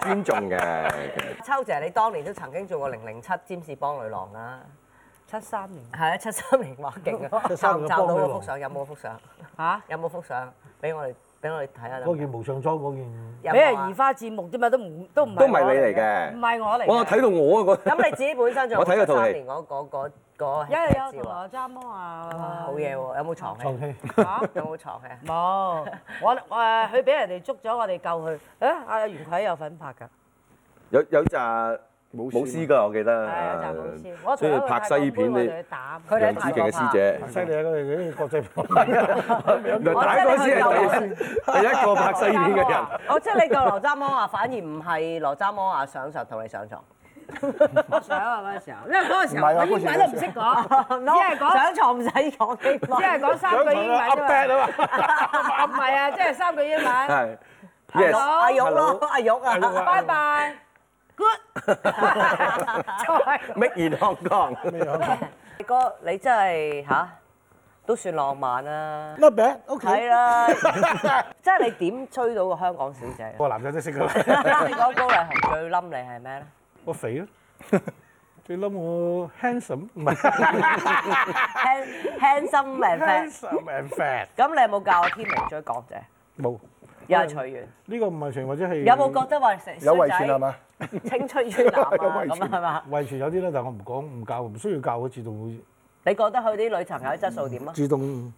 S2: 尊重嘅，
S1: 秋姐，你當年都曾經做過零零七占士邦女郎啦。 七三年係啊，七三年話勁啊！
S4: 73
S1: 罩
S4: 年
S1: 唔
S4: 嘅
S1: 罩到
S4: 邦女
S1: 嗰
S4: 郎
S1: 幅相？有冇嗰幅相？
S6: 嚇，
S1: 有冇幅相俾我哋俾我哋睇下？
S4: 嗰件無上裝嗰件。
S1: 有冇啊
S6: 俾人移花接木啫嘛，都唔都唔係
S2: 都唔係
S6: 我
S2: 你嚟嘅
S6: 唔係我嚟嘅。
S2: 哇！睇到我啊個。
S1: 咁你自己本身仲有
S2: 我睇過套戲
S1: 三年嗰嗰嗰嗰
S6: 因為有
S1: 戲
S6: 同我爭魔啊，
S1: 哇好嘢喎！有冇藏
S4: 藏
S1: 戲？
S4: 戲
S1: 有冇藏戲？
S6: 冇，我我誒佢俾人哋捉咗，我哋救佢。誒阿袁葵有份拍㗎，
S2: 有有扎
S5: 冇
S2: 舞師㗎，我記得。
S6: 係有
S2: 啊
S6: 集老師，我
S2: 所
S6: 同
S2: 以
S6: 佢
S2: 拍西片
S6: 我
S2: 你
S6: 哋去打。
S1: 佢哋喺
S2: 楊紫
S1: 泰
S2: 瓊嘅
S1: 國
S2: 師
S1: 拍。
S2: 姐，
S4: 犀利啊！佢哋啲國際
S2: 原來大哥先係第一第一個拍西片
S6: à.
S2: 嘅人。
S1: 哦，即係你救羅渣摩亞，反而唔係羅渣摩亞上床同你上床。
S6: 我想啊嗰陣時候，因為嗰陣時
S5: 唔
S6: 候
S5: 係啊
S6: 我英文都唔識講，只係講
S1: 上床唔使講英
S6: 只
S1: 文。
S6: 係講三句英文啫嘛。
S4: 啊嘛，
S6: 唔係啊，即係三句英文。
S2: 係。
S1: 阿玉
S2: Yes，
S1: 阿玉
S2: Hello
S1: 咯，阿玉啊，
S6: 拜拜，good。就係。
S2: make in Hong Kong。
S1: 哥你真係吓，都算浪漫啦。
S4: not bad OK。
S1: 係啦，即係你點追到個香港小姐？
S4: 個男仔都識㗎
S1: 你
S4: 啦，
S1: 講高麗紅最冧你係咩咧？
S4: 我肥咯，最冧我 handsome 唔係
S1: Hand- handsome man fat。
S4: handsome and fat
S1: 咁你有冇教阿天明追港姐？
S4: 冇
S1: 又係隨緣。
S4: 呢個唔係全或者係
S1: 有冇覺得話成
S5: 有遺傳係嘛？
S1: 青出於藍啊，
S5: 有遺傳
S1: 咁係嘛？
S4: 遺傳有啲咧？但係我唔講唔教，唔需要教，佢自動會
S1: 你覺得佢啲女朋友啲質素點啊？
S4: 自動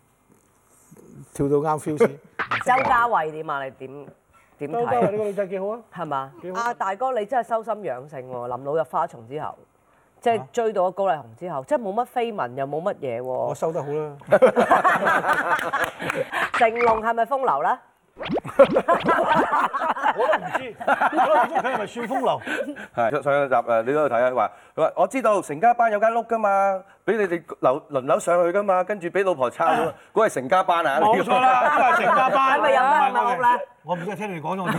S4: 跳到啱 feel 先。
S1: 周家慧點啊？你點點
S4: 周家慧呢
S1: 睇？
S4: 個女仔幾好啊！
S1: 係嘛
S4: 幾？好
S1: 啊大哥，你真係修心養性喎！臨老入花叢之後，即係追到高麗紅之後，即係冇乜緋聞又冇乜嘢
S4: 我
S1: 喎。
S4: 收得好啦，
S1: 成龍係咪風流咧？
S4: 我都唔知，我都唔知佢係咪算風流。
S2: 係上上一集誒，你都有睇啊，話佢話我知道成家班有間屋㗎嘛，俾你哋樓輪流上去㗎嘛，跟住俾老婆抄咗，嗰係成家班啊！
S4: 冇錯啦，都係成家班。
S1: 係咪有翻咁屋咧？
S4: 我唔知聽你講咗，我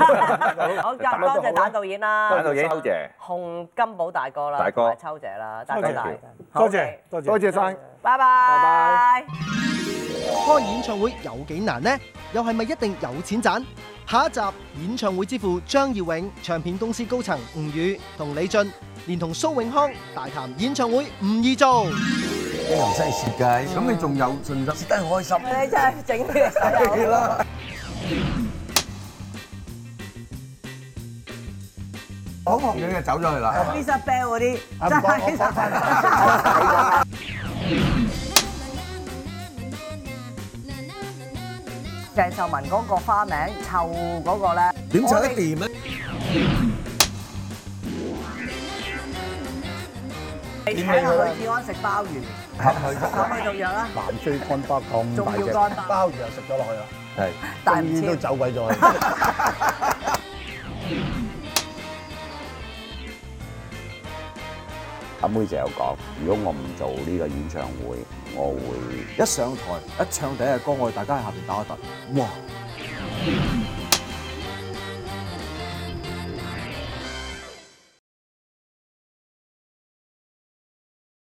S4: 知
S1: 好，咁多謝打導演啦，
S2: 打到嘢收謝。
S1: 洪金寶大哥啦，
S2: 大哥
S1: 同埋秋姐啦，大哥大，
S4: 多謝多謝
S5: 多。謝晒。
S1: 拜拜。
S3: 開演唱會有幾難呢？又係咪一定有錢賺？下一集演唱會之父張耀榮、唱片公司高層吳宇同李俊，連同蘇永康大談演唱會唔易做。
S12: 又唔使設計，咁你仲有信心，設得開心。
S1: 你真係整呢個手遊。
S12: 好學樣就走咗去啦。係嘛
S1: Visa Bell 嗰啲，
S12: 啊
S1: 真
S12: 唔該
S1: 係
S12: 我
S1: Visa
S12: 講返
S1: Bell 鄭秀文嗰個花名臭嗰個咧，
S12: 點走得掂咧？
S1: 你
S12: 啊
S1: 請阿許志安食鮑魚，
S12: 合去
S1: 咁去做藥啦，
S12: 南非乾巴咁大
S1: 仲
S12: 隻，
S1: 要乾巴
S12: 鮑魚又食咗落去啦，
S2: 係
S1: 但
S12: 終
S1: 係唔
S12: 於都
S1: 知
S12: 走鬼咗去。
S13: 阿妹就有講，如果我唔做呢個演唱會，我會
S12: 一上台一唱第一隻歌，我哋大家喺下邊打一突，哇！